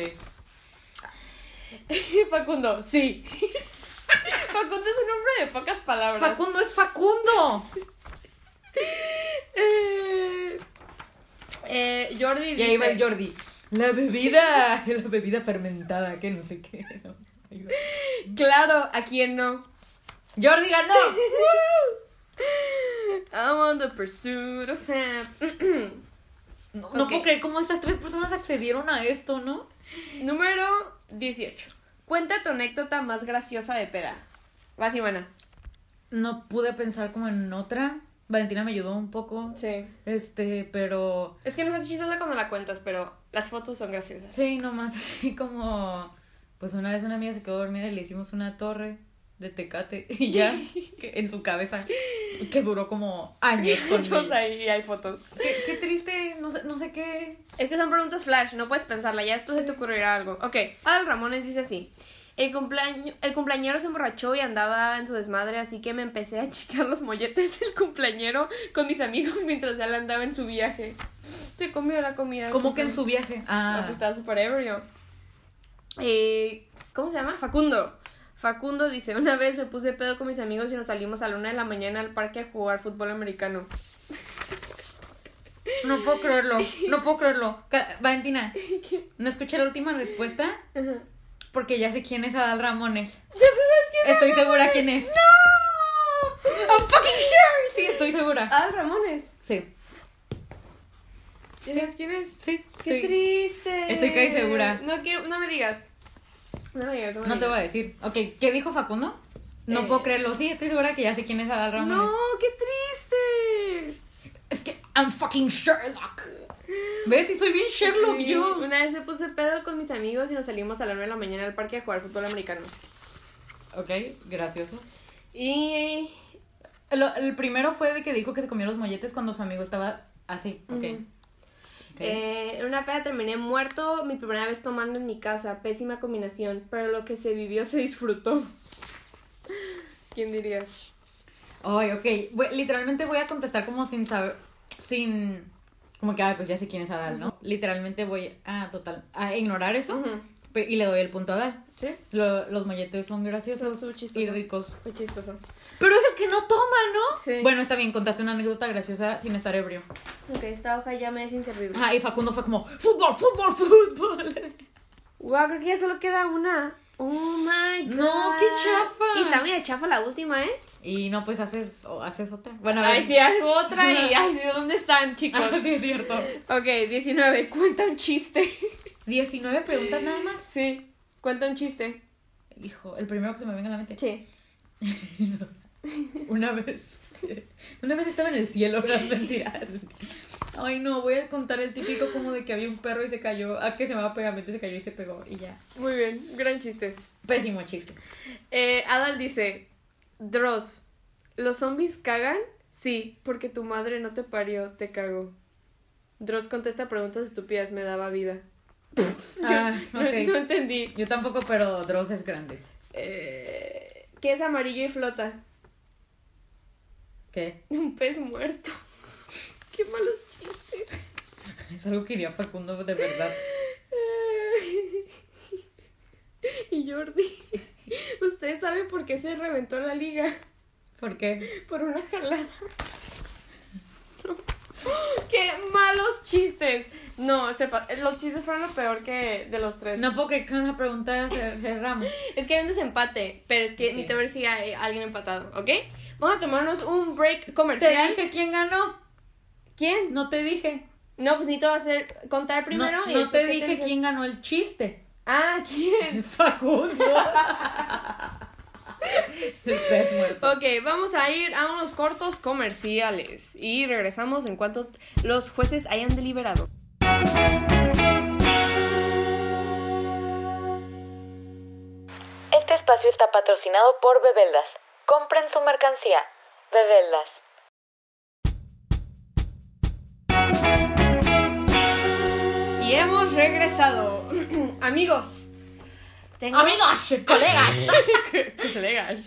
Facundo, sí. Facundo es un hombre de pocas palabras.
Facundo es Facundo.
Eh, eh, Jordi
Y ahí va el
dice-
Jordi. La bebida, la bebida fermentada, que no sé qué.
Claro, ¿a quién no?
Jordi ganó.
I'm on the pursuit of hap-
No, no
Ok.
puedo creer cómo estas tres personas accedieron a esto, ¿no?
Número 18. Cuenta tu anécdota más graciosa de peda. Vas, Ivana.
No pude pensar como en otra. Valentina me ayudó un poco.
Sí.
Este, pero
Es que no es chistosa cuando la cuentas, pero las fotos son graciosas.
sí, nomás así como pues una vez una amiga se quedó dormida y le hicimos una torre de tecate y ya que- en su cabeza que duró como años con
Fotos
ella.
ahí hay fotos.
Qué, qué triste, no sé, no sé qué.
Es que son preguntas flash, no puedes pensarla, ya después se te ocurrirá algo. Ok, Adal Ramones dice así. El, cumpleaño, el cumpleañero se emborrachó y andaba en su desmadre, así que me empecé a chicar los molletes del cumpleañero con mis amigos mientras él andaba en su viaje. Se comió la comida. del
Como que en
cumpleaños.
su viaje.
No,
Ah,
pues estaba súper ebrio. Eh, ¿Cómo se llama? Facundo. Facundo dice, una vez me puse pedo con mis amigos y nos salimos a la una de la mañana al parque a jugar fútbol americano.
no puedo creerlo, no puedo creerlo. Ca- Valentina, no escuché la última respuesta
Ajá.
porque ya sé quién es Adal Ramones.
¿Ya sabes quién es?
Estoy segura quién es. ¡No! I'm fucking sure. Sí, estoy segura.
Ah, Ramones.
Sí,
¿Ya sabes quién es?
sí.
¡Qué
estoy-
triste!
estoy casi segura.
No, quiero, no me digas. No me digas.
No te voy a decir. Ok, ¿qué dijo Facundo? No
Eh.
puedo creerlo. Sí, estoy segura que ya sé quién es Adal Ramones.
¡No! ¡Qué triste!
Es que I'm fucking Sherlock. ¿Ves? Y soy bien Sherlock
Sí,
yo.
Una vez me puse pedo con mis amigos y nos salimos a la una de la mañana al parque a jugar fútbol americano.
Ok, gracioso.
Y...
Lo- el primero fue de que dijo que se comió los molletes cuando su amigo estaba así. Ok.
Ujú.
Ok.
Eh, en una peda terminé muerto mi primera vez tomando en mi casa. Pésima combinación, pero lo que se vivió se disfrutó. ¿Quién diría?
Ay, ok. Voy- literalmente voy a contestar como sin saber. Sin. Como que, ah, pues ya sé quién es Adal, ¿no? Literalmente voy a total. a ignorar eso.
Ujú.
pe- Y le doy el punto a Adal.
¿Sí?
Lo- los molletes son graciosos
Son súper
y
chistosos.
ricos.
Muy chistoso.
Pero es el que no toma, ¿no?
Sí.
Bueno, está bien, contaste una anécdota graciosa sin estar ebrio.
Ok, esta hoja ya me es inservible.
Ajá, y Facundo fue como, fútbol, fútbol, fútbol.
Wow, creo que ya solo queda una. Oh my god.
No, qué chafa.
Y está muy chafa la última, ¿eh?
Y no, pues haces, o haces otra. Bueno, a ver.
Ay, sí, hago otra y. Ay, sí, ¿dónde están, chicos?
Ah, sí, es cierto.
Ok, 19. Cuenta un chiste.
19 preguntas nada más.
Sí, cuenta un chiste.
Hijo, el primero que se me venga a la mente.
Sí.
Una vez. Una vez estaba en el cielo, las mentiras. Ay, no, voy a contar el típico como de que había un perro y se cayó. Ah, que se llamaba pegamento y se cayó y se pegó. Y ya.
Muy bien, gran chiste.
Pésimo chiste.
Eh, Adal dice: Dross, ¿los zombies cagan? Sí, porque tu madre no te parió, te cagó. Dross contesta preguntas estúpidas, me daba vida.
Ah,
No, no entendí.
Yo tampoco, pero Dross es grande.
Eh, ¿Qué es amarillo y flota?
¿Qué?
Un pez muerto. Qué malos chistes.
Es algo que iría Facundo de verdad.
Y Jordi, ¿ustedes saben por qué se reventó la liga?
¿Por qué?
Por una jalada. ¡Qué malos chistes! No, sepa, los chistes fueron lo peor que de los tres.
No puedo creer que una pregunta cer- cerramos.
Es que hay un desempate, pero es que
Ok.
ni te ver si hay alguien empatado, ¿ok? Vamos a tomarnos un break
¿Te
comercial.
dije quién ganó?
¿Quién?
No te dije.
No, pues necesito hacer, contar primero
no
y
no
después
te
que
dije
digas.
quién ganó el chiste.
Ah, ¿quién?
Facundo. el pez muerto.
Ok, vamos a ir a unos cortos comerciales y regresamos en cuanto los jueces hayan deliberado.
Este espacio está patrocinado por Bebeldas. Compren su mercancía. Bebeldas.
Y hemos regresado. Amigos. Tengo...
Amigos, colegas.
Colegas.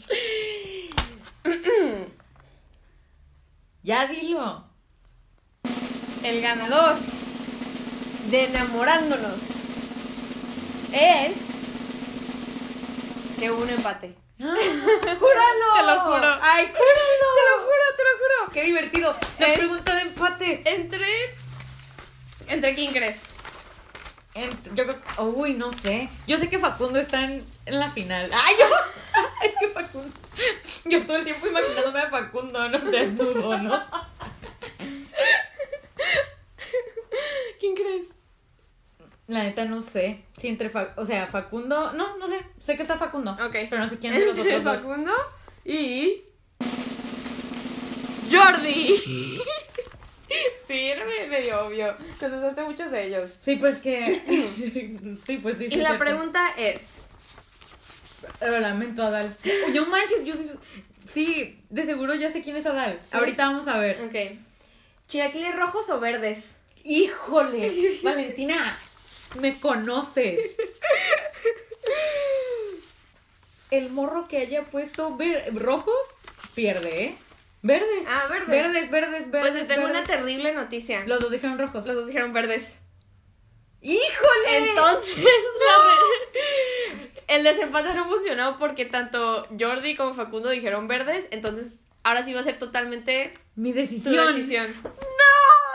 Ya dilo.
El ganador de enamorándonos es que hubo un empate.
Ah, ¡Júralo!
Te lo juro.
¡Ay, júralo! Te
lo juro, te lo juro.
¡Qué divertido! La
Eh.
pregunta de empate.
Entre. ¿Entre quién crees?
Ent- yo creo. Uy, no sé. Yo sé que Facundo está en, en la final. ¡Ay, yo! Es que Facundo. Yo todo el tiempo imaginándome a Facundo, ¿no? Desnudo, ¿no?
¿Quién crees?
La neta no sé. Si entre Fa- o sea, Facundo. No, no sé. Sé que está Facundo.
Ok.
Pero no sé quién de los
Entre
otros dos.
Facundo y. Jordi. sí, era me- medio obvio. Te usaste muchos de ellos.
Sí, pues que. sí, pues sí.
Y
sí,
la
sí.
pregunta es.
Lo lamento, Adal. Uy, No manches, yo sí. Sí, de seguro ya sé quién es Adal.
Sí.
Ahorita vamos a ver.
Ok. ¿Chilaquiles rojos o verdes?
¡Híjole! Valentina, me conoces. El morro que haya puesto ver- rojos pierde, ¿eh? Verdes.
Ah, verdes.
Verdes, verdes, verdes.
Pues te tengo una
verdes.
terrible noticia. Los,
Los dos dijeron rojos.
dos dijeron verdes.
¡Híjole!
Entonces, la re- el desempate no funcionó porque tanto Jordi como Facundo dijeron verdes. Entonces, ahora sí va a ser totalmente
Mi
tu
decisión.
decisión. ¡No!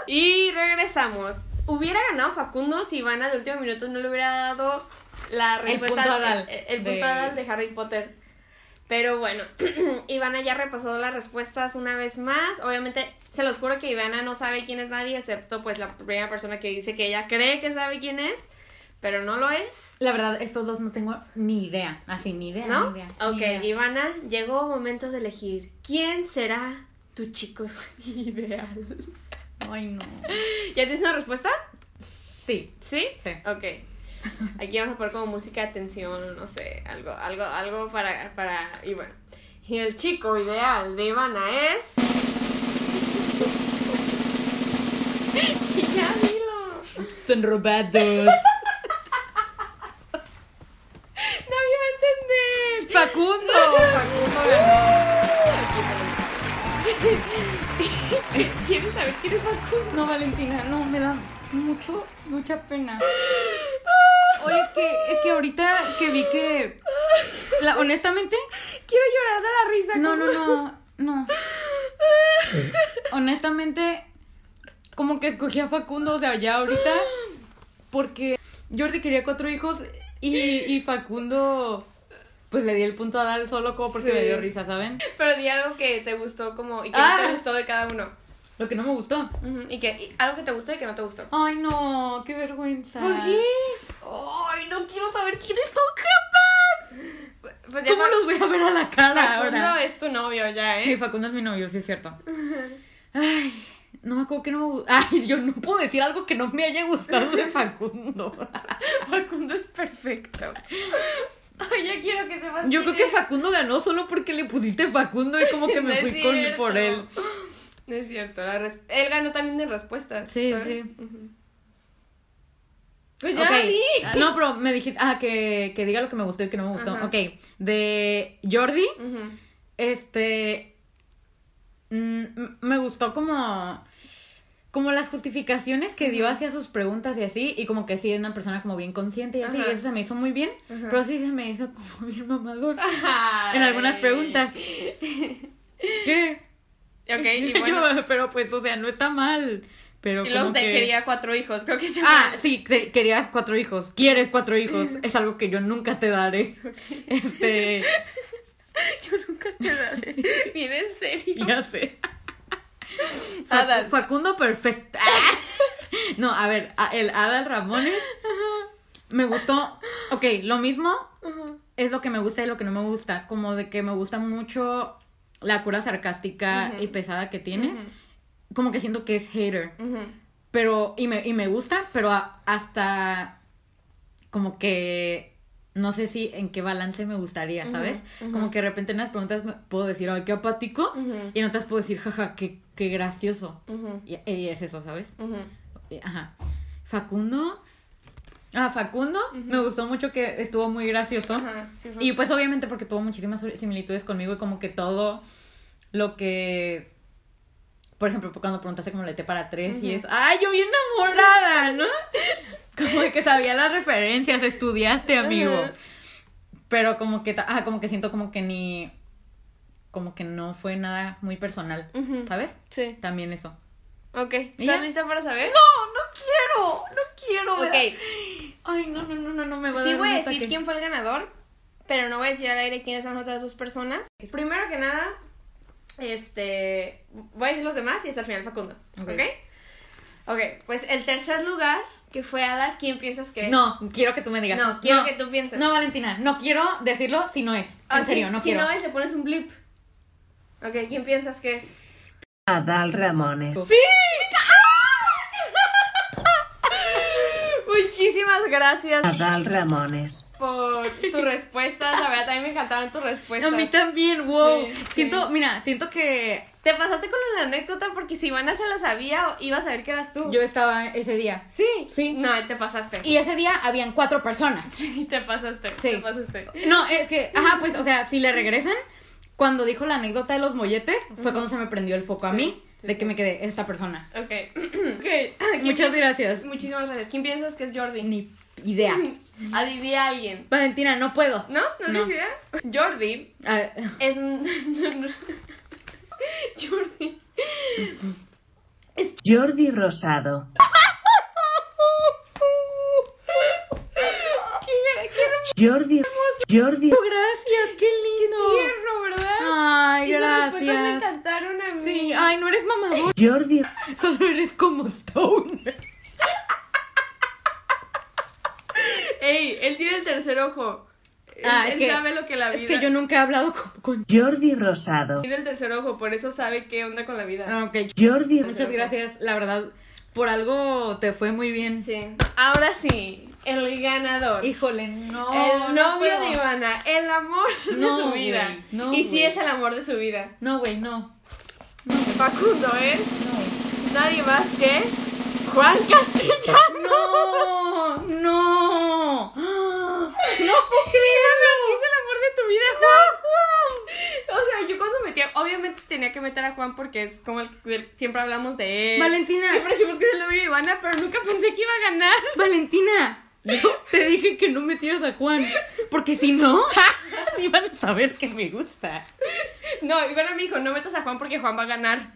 Y regresamos. Hubiera ganado Facundo si Ivana de último minuto no le hubiera dado la respuesta.
punto a Dal.
el- el
De-
punto a Dal de Harry Potter. Pero bueno, Ivana ya repasó las respuestas una vez más. Obviamente, se los juro que Ivana no sabe quién es nadie, excepto pues la primera persona que dice que ella cree que sabe quién es, pero no lo es.
La verdad, estos dos no tengo ni idea. Así, ni idea.
¿No?
Ni idea, ni
ok,
idea.
Ivana, llegó momento de elegir. ¿Quién será tu chico ideal?
Ay, no.
¿Ya tienes una respuesta?
Sí.
¿Sí?
Sí.
Ok. Aquí vamos a poner como música de tensión, no sé, algo, algo, algo para, para, y bueno. Y el chico ideal de Ivana es... ya dilo.
Son robados.
Nadie va a entender.
Facundo.
¿Quieres saber quién es Facundo?
No, Valentina, no, me da mucho, mucha pena. Oye, es que, es que ahorita que vi que. la- honestamente,
Quiero llorar de la risa.
no,
¿cómo?
no, no, no. Honestamente, como que escogí a Facundo, o sea, ya ahorita, porque Jordi quería cuatro hijos y, y Facundo, pues le di el punto a Dal solo como porque
Sí.
me dio risa, ¿saben?
Pero di algo que te gustó como, y que no
Ah.
te gustó de cada uno.
Lo que no me gustó.
Ujú, Y que y algo que te gustó y que no te gustó.
Ay, no, qué vergüenza.
¿Por qué?
Ay, no quiero saber quiénes son jamás.
Pues ya
¿Cómo
Fa-
los voy a ver a la cara
Facundo
ahora?
es tu novio ya,
Sí,
¿eh?
Facundo es mi novio, sí es cierto. Ay, no me acuerdo que no me gu- Ay, yo no puedo decir algo que no me haya gustado de Facundo.
Facundo es perfecto. Ay, ya quiero que sepas
Yo creo
quién
que
es.
Facundo ganó solo porque le pusiste Facundo y como que
No
me
es
fui con,
cierto.
por él.
No es cierto, la res- él ganó también de respuestas.
Sí,
¿sabes?
sí.
Ujú. Pues ya
Ok.
di.
No, pero me dijiste, ah, que, que diga lo que me gustó y que no me gustó.
Ajá.
Ok, de Jordi.
Ujú.
Este. mm, m- me gustó como. Como las justificaciones que dio hacia sus preguntas y así, y como que sí es una persona como bien consciente y así,
Ajá.
y eso se me hizo muy bien,
Ajá.
pero sí se me hizo como bien mamador en algunas
Ay.
preguntas. ¿Qué?
Ok, y bueno.
Yo, pero pues, o sea, no está mal, pero
y los
como
de
que-
quería cuatro hijos, creo que se
Ah, sí, que- querías cuatro hijos, quieres cuatro hijos, es algo que yo nunca te daré. Este,
Yo nunca te daré. Bien en serio.
ya sé.
Adal.
Facu- Facundo perfecta. No, a ver, a- el Adal Ramones me gustó. Ok, lo mismo
Ujú.
es lo que me gusta y lo que no me gusta. Como de que me gusta mucho la cura sarcástica
Ujú.
y pesada que tienes.
Ujú.
Como que siento que es hater.
Ujú.
Pero, y me, y me gusta, pero a- hasta como que no sé si en qué balance me gustaría, ¿sabes?
Ujú, ujú.
Como que de repente en las preguntas me puedo decir, ay, qué apático.
Ujú.
Y en otras puedo decir, jaja, qué, qué gracioso.
Ujú.
Y, y es eso, ¿sabes?
Ujú.
Eh, Ajá. Facundo. Ah, Facundo. Me gustó mucho que estuvo muy gracioso.
Ajá, sí fue.
Y pues obviamente porque tuvo muchísimas similitudes conmigo y como que todo lo que por ejemplo, pues, cuando preguntaste como le té para tres y es, ay, yo bien enamorada, ¿no? Como de que sabía las referencias, estudiaste, amigo.
Ajá.
Pero como que, ta- ah, como que siento como que ni, como que no fue nada muy personal,
Ujú.
¿sabes?
Sí.
También eso.
Ok.
¿Y ya?
¿Estás lista para saber?
No, no quiero, no quiero.
ok.
Ay, no, no, no, no, no me va a
Sí
dar
voy
un
a decir
ataque.
quién fue el ganador, pero no voy a decir al aire quiénes son las otras dos personas. Primero que nada, este, voy a decir los demás y hasta el final Facundo, ¿ok?
Ok.
Ok, pues el tercer lugar que fue Ada, ¿quién piensas que es?
No, quiero que tú me digas.
No, quiero que tú pienses.
No, Valentina, no quiero decirlo si no es. En
Ah, sí,
serio, no
si
quiero.
no es, le pones un blip. Ok, ¿quién piensas que es?
Adal Ramones.
Muchísimas gracias
Adal Ramones.
por tus respuestas, la verdad también me encantaron tus
A
respuestas.
mí también, wow.
pues Sí, sí.
siento, mira, siento que
Te pasaste con la anécdota porque si Ivana se la sabía, iba a saber que eras tú.
yo estaba ese día.
Sí.
Sí.
No, te pasaste.
Y ese día habían cuatro personas.
Sí, te pasaste.
Sí.
Te pasaste.
No, es que, ajá, pues, o sea, si le regresan, cuando dijo la anécdota de los molletes, fue cuando se me prendió el foco a
Sí,
mí
sí,
de
sí.
que me quedé esta persona.
Ok. okay. ¿Quién
Muchas
piensas-
gracias.
Muchísimas gracias. ¿Quién piensas que es Jordi?
Ni idea.
Adiviné a alguien.
Valentina, no puedo.
¿No? ¿No tienes idea? Jordi
A ver,
es. Jordi.
Jordi Rosado.
Qué, qué
Jordi. Jordi.
Gracias, qué lindo.
tierno, ¿verdad?
Ay,
Y sus respuestas me
Ah, gracias.
encantaron a mí.
Sí, ay, no eres mamador.
Jordi.
Solo eres como Stone.
Ey, él tiene el tercer ojo.
Ah,
él
es
él
que-
sabe lo que la vida.
Es que yo nunca he hablado con. con-
Jordi Rosado.
Tiene el tercer ojo, por eso sabe qué onda con la vida.
Ah, ok.
Jordi.
Muchas gracias. La verdad, por algo te fue muy bien.
Sí. Ahora sí, el ganador.
Híjole, no.
el
no
novio
puedo.
de Ivana, el amor
No,
de su
güey,
vida.
no,
y sí
güey.
es el amor de su vida.
No, güey, no.
Facundo es
No.
nadie más que Juan Castellano.
No, no. Ah,
No puedo creerlo. Sí es el amor de tu vida, Juan. O sea, yo cuando metía, obviamente tenía que meter a Juan porque es como el que siempre hablamos de él.
Valentina.
Siempre decimos que es el novio de Ivana, pero nunca pensé que iba a ganar.
Valentina, yo te dije que no metieras a Juan. Porque si no, iban a saber que me gusta.
No, Ivana me dijo, no metas a Juan porque Juan va a ganar.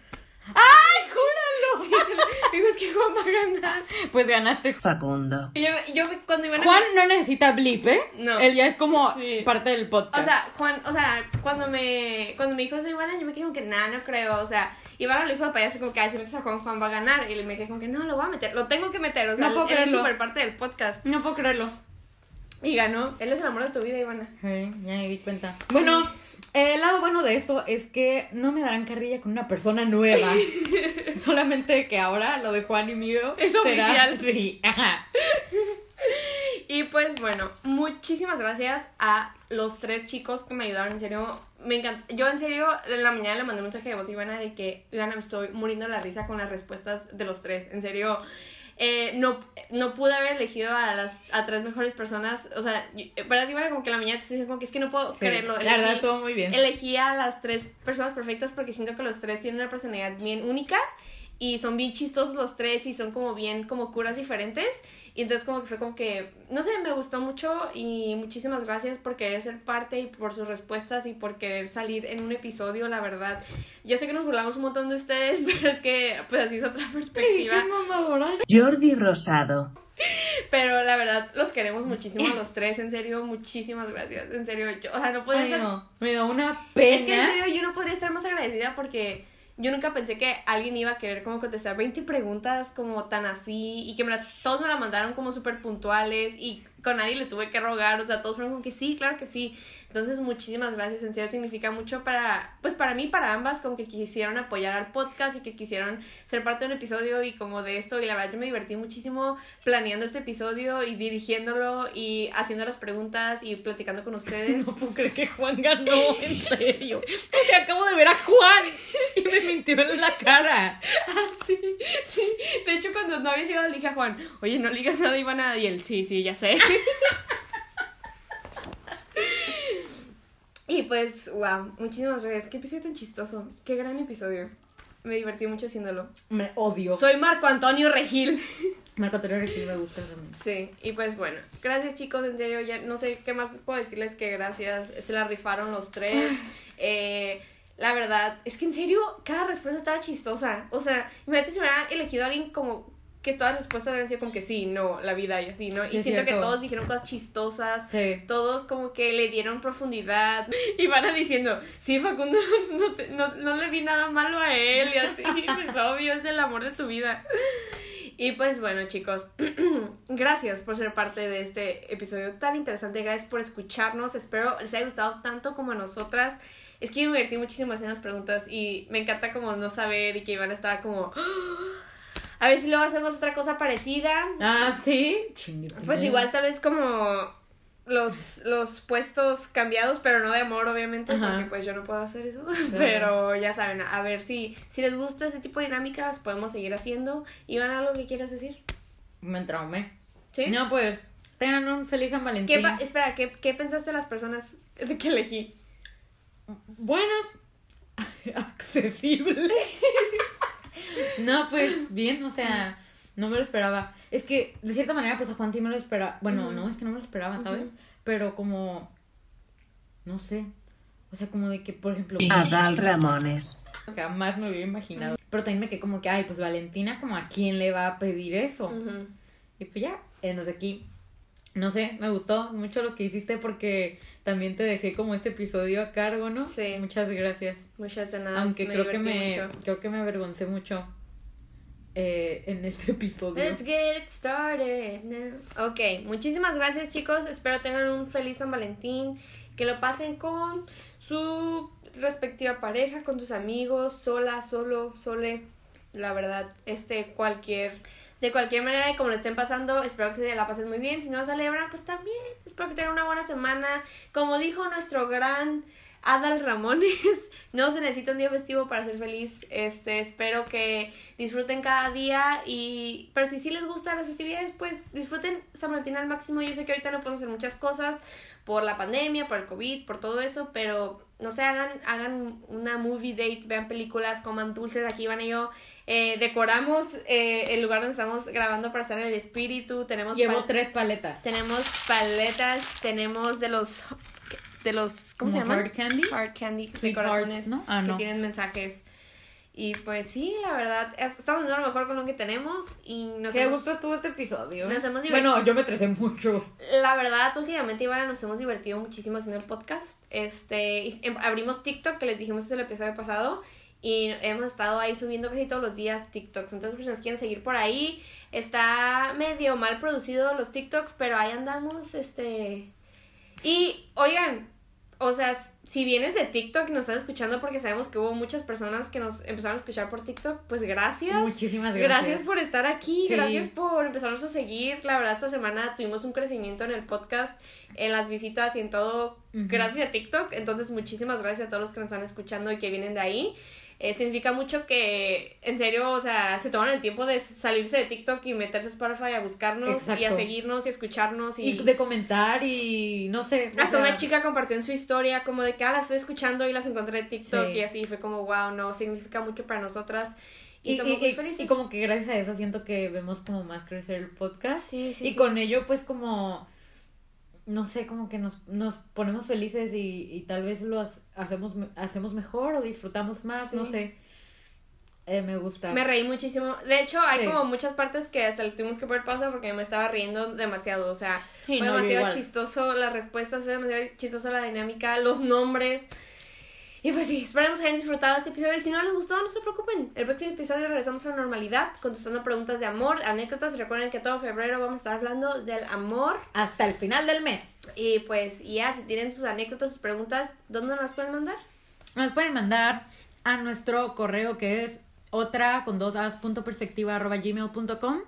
¡Ay, júralo!
Sí, te lo- digo, es que Juan va a ganar.
Pues ganaste,
Facundo.
Y Yo, yo cuando Ivana
Juan no necesita blip, ¿eh?
No.
Él ya es como
Sí.
parte del podcast.
O sea, Juan, o sea, cuando me, cuando me dijo eso Ivana, yo me quedé como que nada, no creo. O sea, Ivana lo dijo de payaso como que "Ay, si metes a Juan, Juan va a ganar. Y me quedé como que no, lo voy a meter, lo tengo que meter. O sea,
No puedo
él es
creerlo.
súper parte del podcast.
no puedo creerlo.
Y ganó. Él es el amor de tu vida, Ivana.
ya me di cuenta. Bueno, eh, el lado bueno de esto es que no me darán carrilla con una persona nueva. Solamente que ahora lo de Juan y mío
Es
será.
oficial.
Sí, ajá.
Y pues bueno, muchísimas gracias a los tres chicos que me ayudaron, en serio, me encanta. Yo en serio, en la mañana le mandé un mensaje de voz a Ivana de que, Ivana, me estoy muriendo de la risa con las respuestas de los tres, en serio. eh, no, no pude haber elegido a las a tres mejores personas, o sea, yo- eh, ¿verdad, Ivana? Como que en la mañana te estoy diciendo como que es que no puedo
Sí,
creerlo.
La verdad
elegí-
estuvo muy bien.
elegí a las tres personas perfectas porque siento que los tres tienen una personalidad bien única y son bien chistosos los tres y son como bien como curas diferentes y entonces como que fue como que no sé me gustó mucho y muchísimas gracias por querer ser parte y por sus respuestas y por querer salir en un episodio la verdad yo sé que nos burlamos un montón de ustedes pero es que pues así es otra perspectiva
Jordi Rosado.
pero la verdad los queremos muchísimo a los tres en serio muchísimas gracias en serio yo o sea no podía
Ay,
estar-
no, me da una pena.
Es que en serio yo no podría estar más agradecida porque yo nunca pensé que alguien iba a querer como contestar 20 preguntas como tan así y que me las, todos me las mandaron como súper puntuales y con nadie le tuve que rogar, o sea, todos fueron como que sí, claro que sí. Entonces, muchísimas gracias, en serio significa mucho para, pues para mí, para ambas, como que quisieron apoyar al podcast y que quisieron ser parte de un episodio y como de esto y la verdad yo me divertí muchísimo planeando este episodio y dirigiéndolo y haciendo las preguntas y platicando con ustedes.
No puedo creer que Juan ganó, en serio. O sea, acabo de ver a Juan y me mintió en la cara.
Sí, sí. De hecho, cuando no había llegado, le dije a Juan, oye, no le digas nada, iba nada. Y él, sí, sí, ya sé. y pues, wow, muchísimas gracias. Qué episodio tan chistoso. Qué gran episodio. me divertí mucho haciéndolo.
Hombre, odio.
Soy Marco Antonio Regil.
Marco Antonio Regil me gusta también.
Sí, y pues bueno, gracias chicos, en serio, ya no sé qué más puedo decirles que gracias, se la rifaron los tres. Eh, la verdad, es que en serio, cada respuesta estaba chistosa. O sea, imagínate si hubiera elegido a alguien como que todas las respuestas habían sido como que sí, no, la vida y así, ¿no? y
Sí, es
siento que
cierto.
todos dijeron cosas chistosas.
Sí.
Todos como que le dieron profundidad y van a diciendo, sí, Facundo, no, te- no, no le vi nada malo a él y así, pues obvio, es el amor de tu vida. Y pues bueno, chicos, gracias por ser parte de este episodio tan interesante. Gracias por escucharnos. Espero les haya gustado tanto como a nosotras. Es que me divertí muchísimo haciendo las preguntas y me encanta como no saber y que Iván estaba como... "Ah". A ver si luego hacemos otra cosa parecida.
Ah, sí. Chingue,
Pues
tu
igual
madre.
tal vez como los, los puestos cambiados, pero no de amor, obviamente,
Ajá.
porque pues yo no puedo hacer eso. Pero ya saben, a ver si, si les gusta este tipo de dinámicas, podemos seguir haciendo. Iván, ¿algo que quieras decir?
Me traumé.
¿Sí?
No, pues. Tengan un feliz San Valentín.
¿Qué pa- espera, ¿qué, ¿qué pensaste de las personas que elegí?
buenas, accesibles. no, pues bien, o sea, no me lo esperaba. Es que, de cierta manera, pues a Juan sí me lo esperaba. Bueno,
Ujú.
no, es que no me lo esperaba, ¿sabes? Pero como, no sé. O sea, como de que, por ejemplo,
Adal Ramones.
jamás me lo hubiera imaginado. Pero también me quedé como que, ay, pues Valentina, como a quién le va a pedir eso.
Ujú.
Y pues ya, enos aquí. No sé, me gustó mucho lo que hiciste porque también te dejé como este episodio a cargo, ¿no?
Sí.
Muchas gracias.
Muchas de nada.
Aunque
me
creo que
divertí
me
mucho.
creo que me avergoncé mucho eh, en este episodio.
Let's get it started now. Ok, muchísimas gracias chicos. Espero tengan un feliz San Valentín. Que lo pasen con su respectiva pareja, con sus amigos, sola, solo, sole. La verdad, este cualquier. De cualquier manera, y como lo estén pasando, espero que se la pasen muy bien. Si no celebran, pues también. Espero que tengan una buena semana. Como dijo nuestro gran Adal Ramones, no se necesita un día festivo para ser feliz. Este, espero que disfruten cada día y pero si sí les gustan las festividades, pues disfruten San Valentín al máximo. Yo sé que ahorita no podemos hacer muchas cosas por la pandemia, por el COVID, por todo eso, pero no se hagan, hagan una movie date, vean películas, coman dulces, aquí van y yo eh, decoramos eh, el lugar donde estamos grabando para estar en el espíritu, tenemos
Llevo
pal-
tres paletas.
tenemos paletas, tenemos de los de los ¿cómo se
Como
llama?
hard candy.
Hard candy de
Sweet
corazones
hearts, ¿no? Ah,
que
no.
tienen mensajes. Y pues sí, la verdad, es- estamos haciendo lo mejor con lo que tenemos y nos
Qué
hemos-
gusto estuvo este episodio.
Nos hemos divertido.
bueno, yo me estresé mucho.
la verdad, últimamente Ivana nos hemos divertido muchísimo haciendo el podcast. Este, y em- abrimos TikTok, que les dijimos es el episodio pasado, y hemos estado ahí subiendo casi todos los días TikToks. Entonces, pues si nos quieren seguir por ahí. Está medio mal producido los TikToks, pero ahí andamos, este. Y oigan, o sea, si vienes de TikTok y nos estás escuchando porque sabemos que hubo muchas personas que nos empezaron a escuchar por TikTok, pues gracias.
Muchísimas gracias.
Gracias por estar aquí,
Sí.
gracias por empezarnos a seguir. La verdad, esta semana tuvimos un crecimiento en el podcast, en las visitas y en todo,
Ujú.
gracias a TikTok. Entonces, muchísimas gracias a todos los que nos están escuchando y que vienen de ahí. Eh, significa mucho que, en serio, o sea, se toman el tiempo de salirse de TikTok y meterse a Spotify a buscarnos y a
Exacto.
seguirnos y a escucharnos. Y,
Y de comentar y no sé. o
hasta
sea,
una chica compartió en su historia como de que, ah, las estoy escuchando y las encontré en TikTok
Sí.
y así. Fue como, wow, no, significa mucho para nosotras. Y,
Y,
estamos
y-
muy
y-
felices.
y como que gracias a eso siento que vemos como más crecer el podcast.
Sí, sí,
y
sí.
con ello pues como, no sé, como que nos, nos ponemos felices y, y tal vez lo ha- hacemos, me- hacemos mejor o disfrutamos más, no
Sí.
sé. Eh, me gusta.
Me reí muchísimo. De hecho, hay
Sí.
como muchas partes que hasta le tuvimos que poner pausa porque me estaba riendo demasiado. O sea,
Sí,
fue
no, yo
demasiado
igual.
chistoso las respuestas, fue demasiado chistosa la dinámica, los nombres. Y pues sí, esperemos que hayan disfrutado este episodio. Y si no les gustó, no se preocupen. El próximo episodio regresamos a la normalidad, contestando preguntas de amor, anécdotas. Y Recuerden que todo febrero vamos a estar hablando del amor.
Hasta el final del mes.
Y pues y ya, si tienen sus anécdotas, sus preguntas, ¿dónde nos las pueden mandar?
Nos pueden mandar a nuestro correo que es otra con dos as punto perspectiva arroba gmail punto com,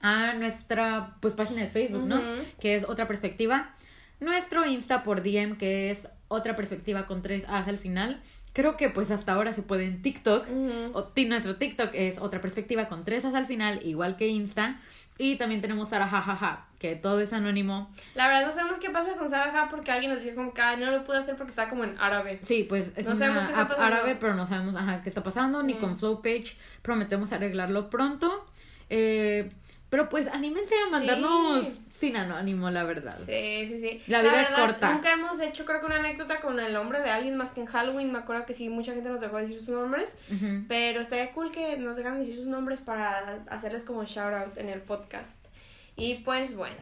a nuestra pues página de Facebook,
Ujú.
¿no? Que es otra perspectiva. Nuestro Insta por DM que es otra perspectiva con tres as al final. Creo que pues hasta ahora se puede en TikTok.
Ujú.
O- ti- nuestro TikTok es otra perspectiva con tres as al final, igual que Insta. Y también tenemos Sara Jajaja, que todo es anónimo.
La verdad no sabemos qué pasa con Sarah porque alguien nos dijo como que "Ah, no lo pude hacer porque está como en árabe.
Sí, pues es
No sabemos qué
una
está
app
pasando.
árabe, pero no sabemos ajá, qué está pasando, ni
Sí.
con Flowpage. Prometemos arreglarlo pronto. Eh, pero pues anímense a
Sí.
mandarnos sin anónimo, la verdad.
Sí, sí, sí.
La vida es corta.
Nunca hemos hecho, creo que una anécdota con el nombre de alguien más que en Halloween. Me acuerdo que sí, mucha gente nos dejó decir sus nombres.
Ujú.
Pero estaría cool que nos dejaran decir sus nombres para hacerles como shout out en el podcast. Y pues bueno,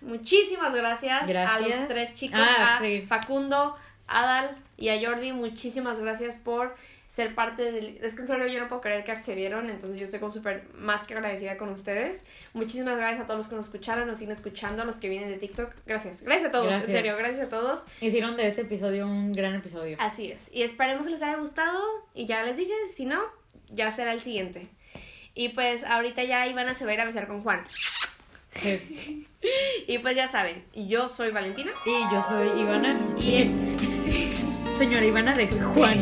muchísimas gracias, a
Gracias.
los tres chicos,
Ah,
a
sí.
Facundo, Adal y a Jordi. Muchísimas gracias por ser parte del... Es que en serio yo no puedo creer que accedieron, entonces yo estoy como súper más que agradecida con ustedes. Muchísimas gracias a todos los que nos escucharon, nos siguen escuchando, a los que vienen de TikTok. Gracias, gracias a todos, en
Gracias.
serio, gracias a todos.
Hicieron de este episodio un gran episodio.
Así es. Y esperemos les haya gustado. Y ya les dije, si no, ya será el siguiente. Y pues ahorita ya Ivana se va a ir a besar con Juan.
Sí.
Y pues ya saben, yo soy Valentina.
Y yo soy Ivana.
Y es-
Señora Ivana de Juan.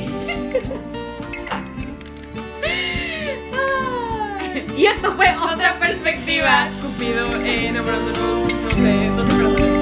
y esto fue otra perspectiva.
Cupido enamorándonos eh, de dos personas.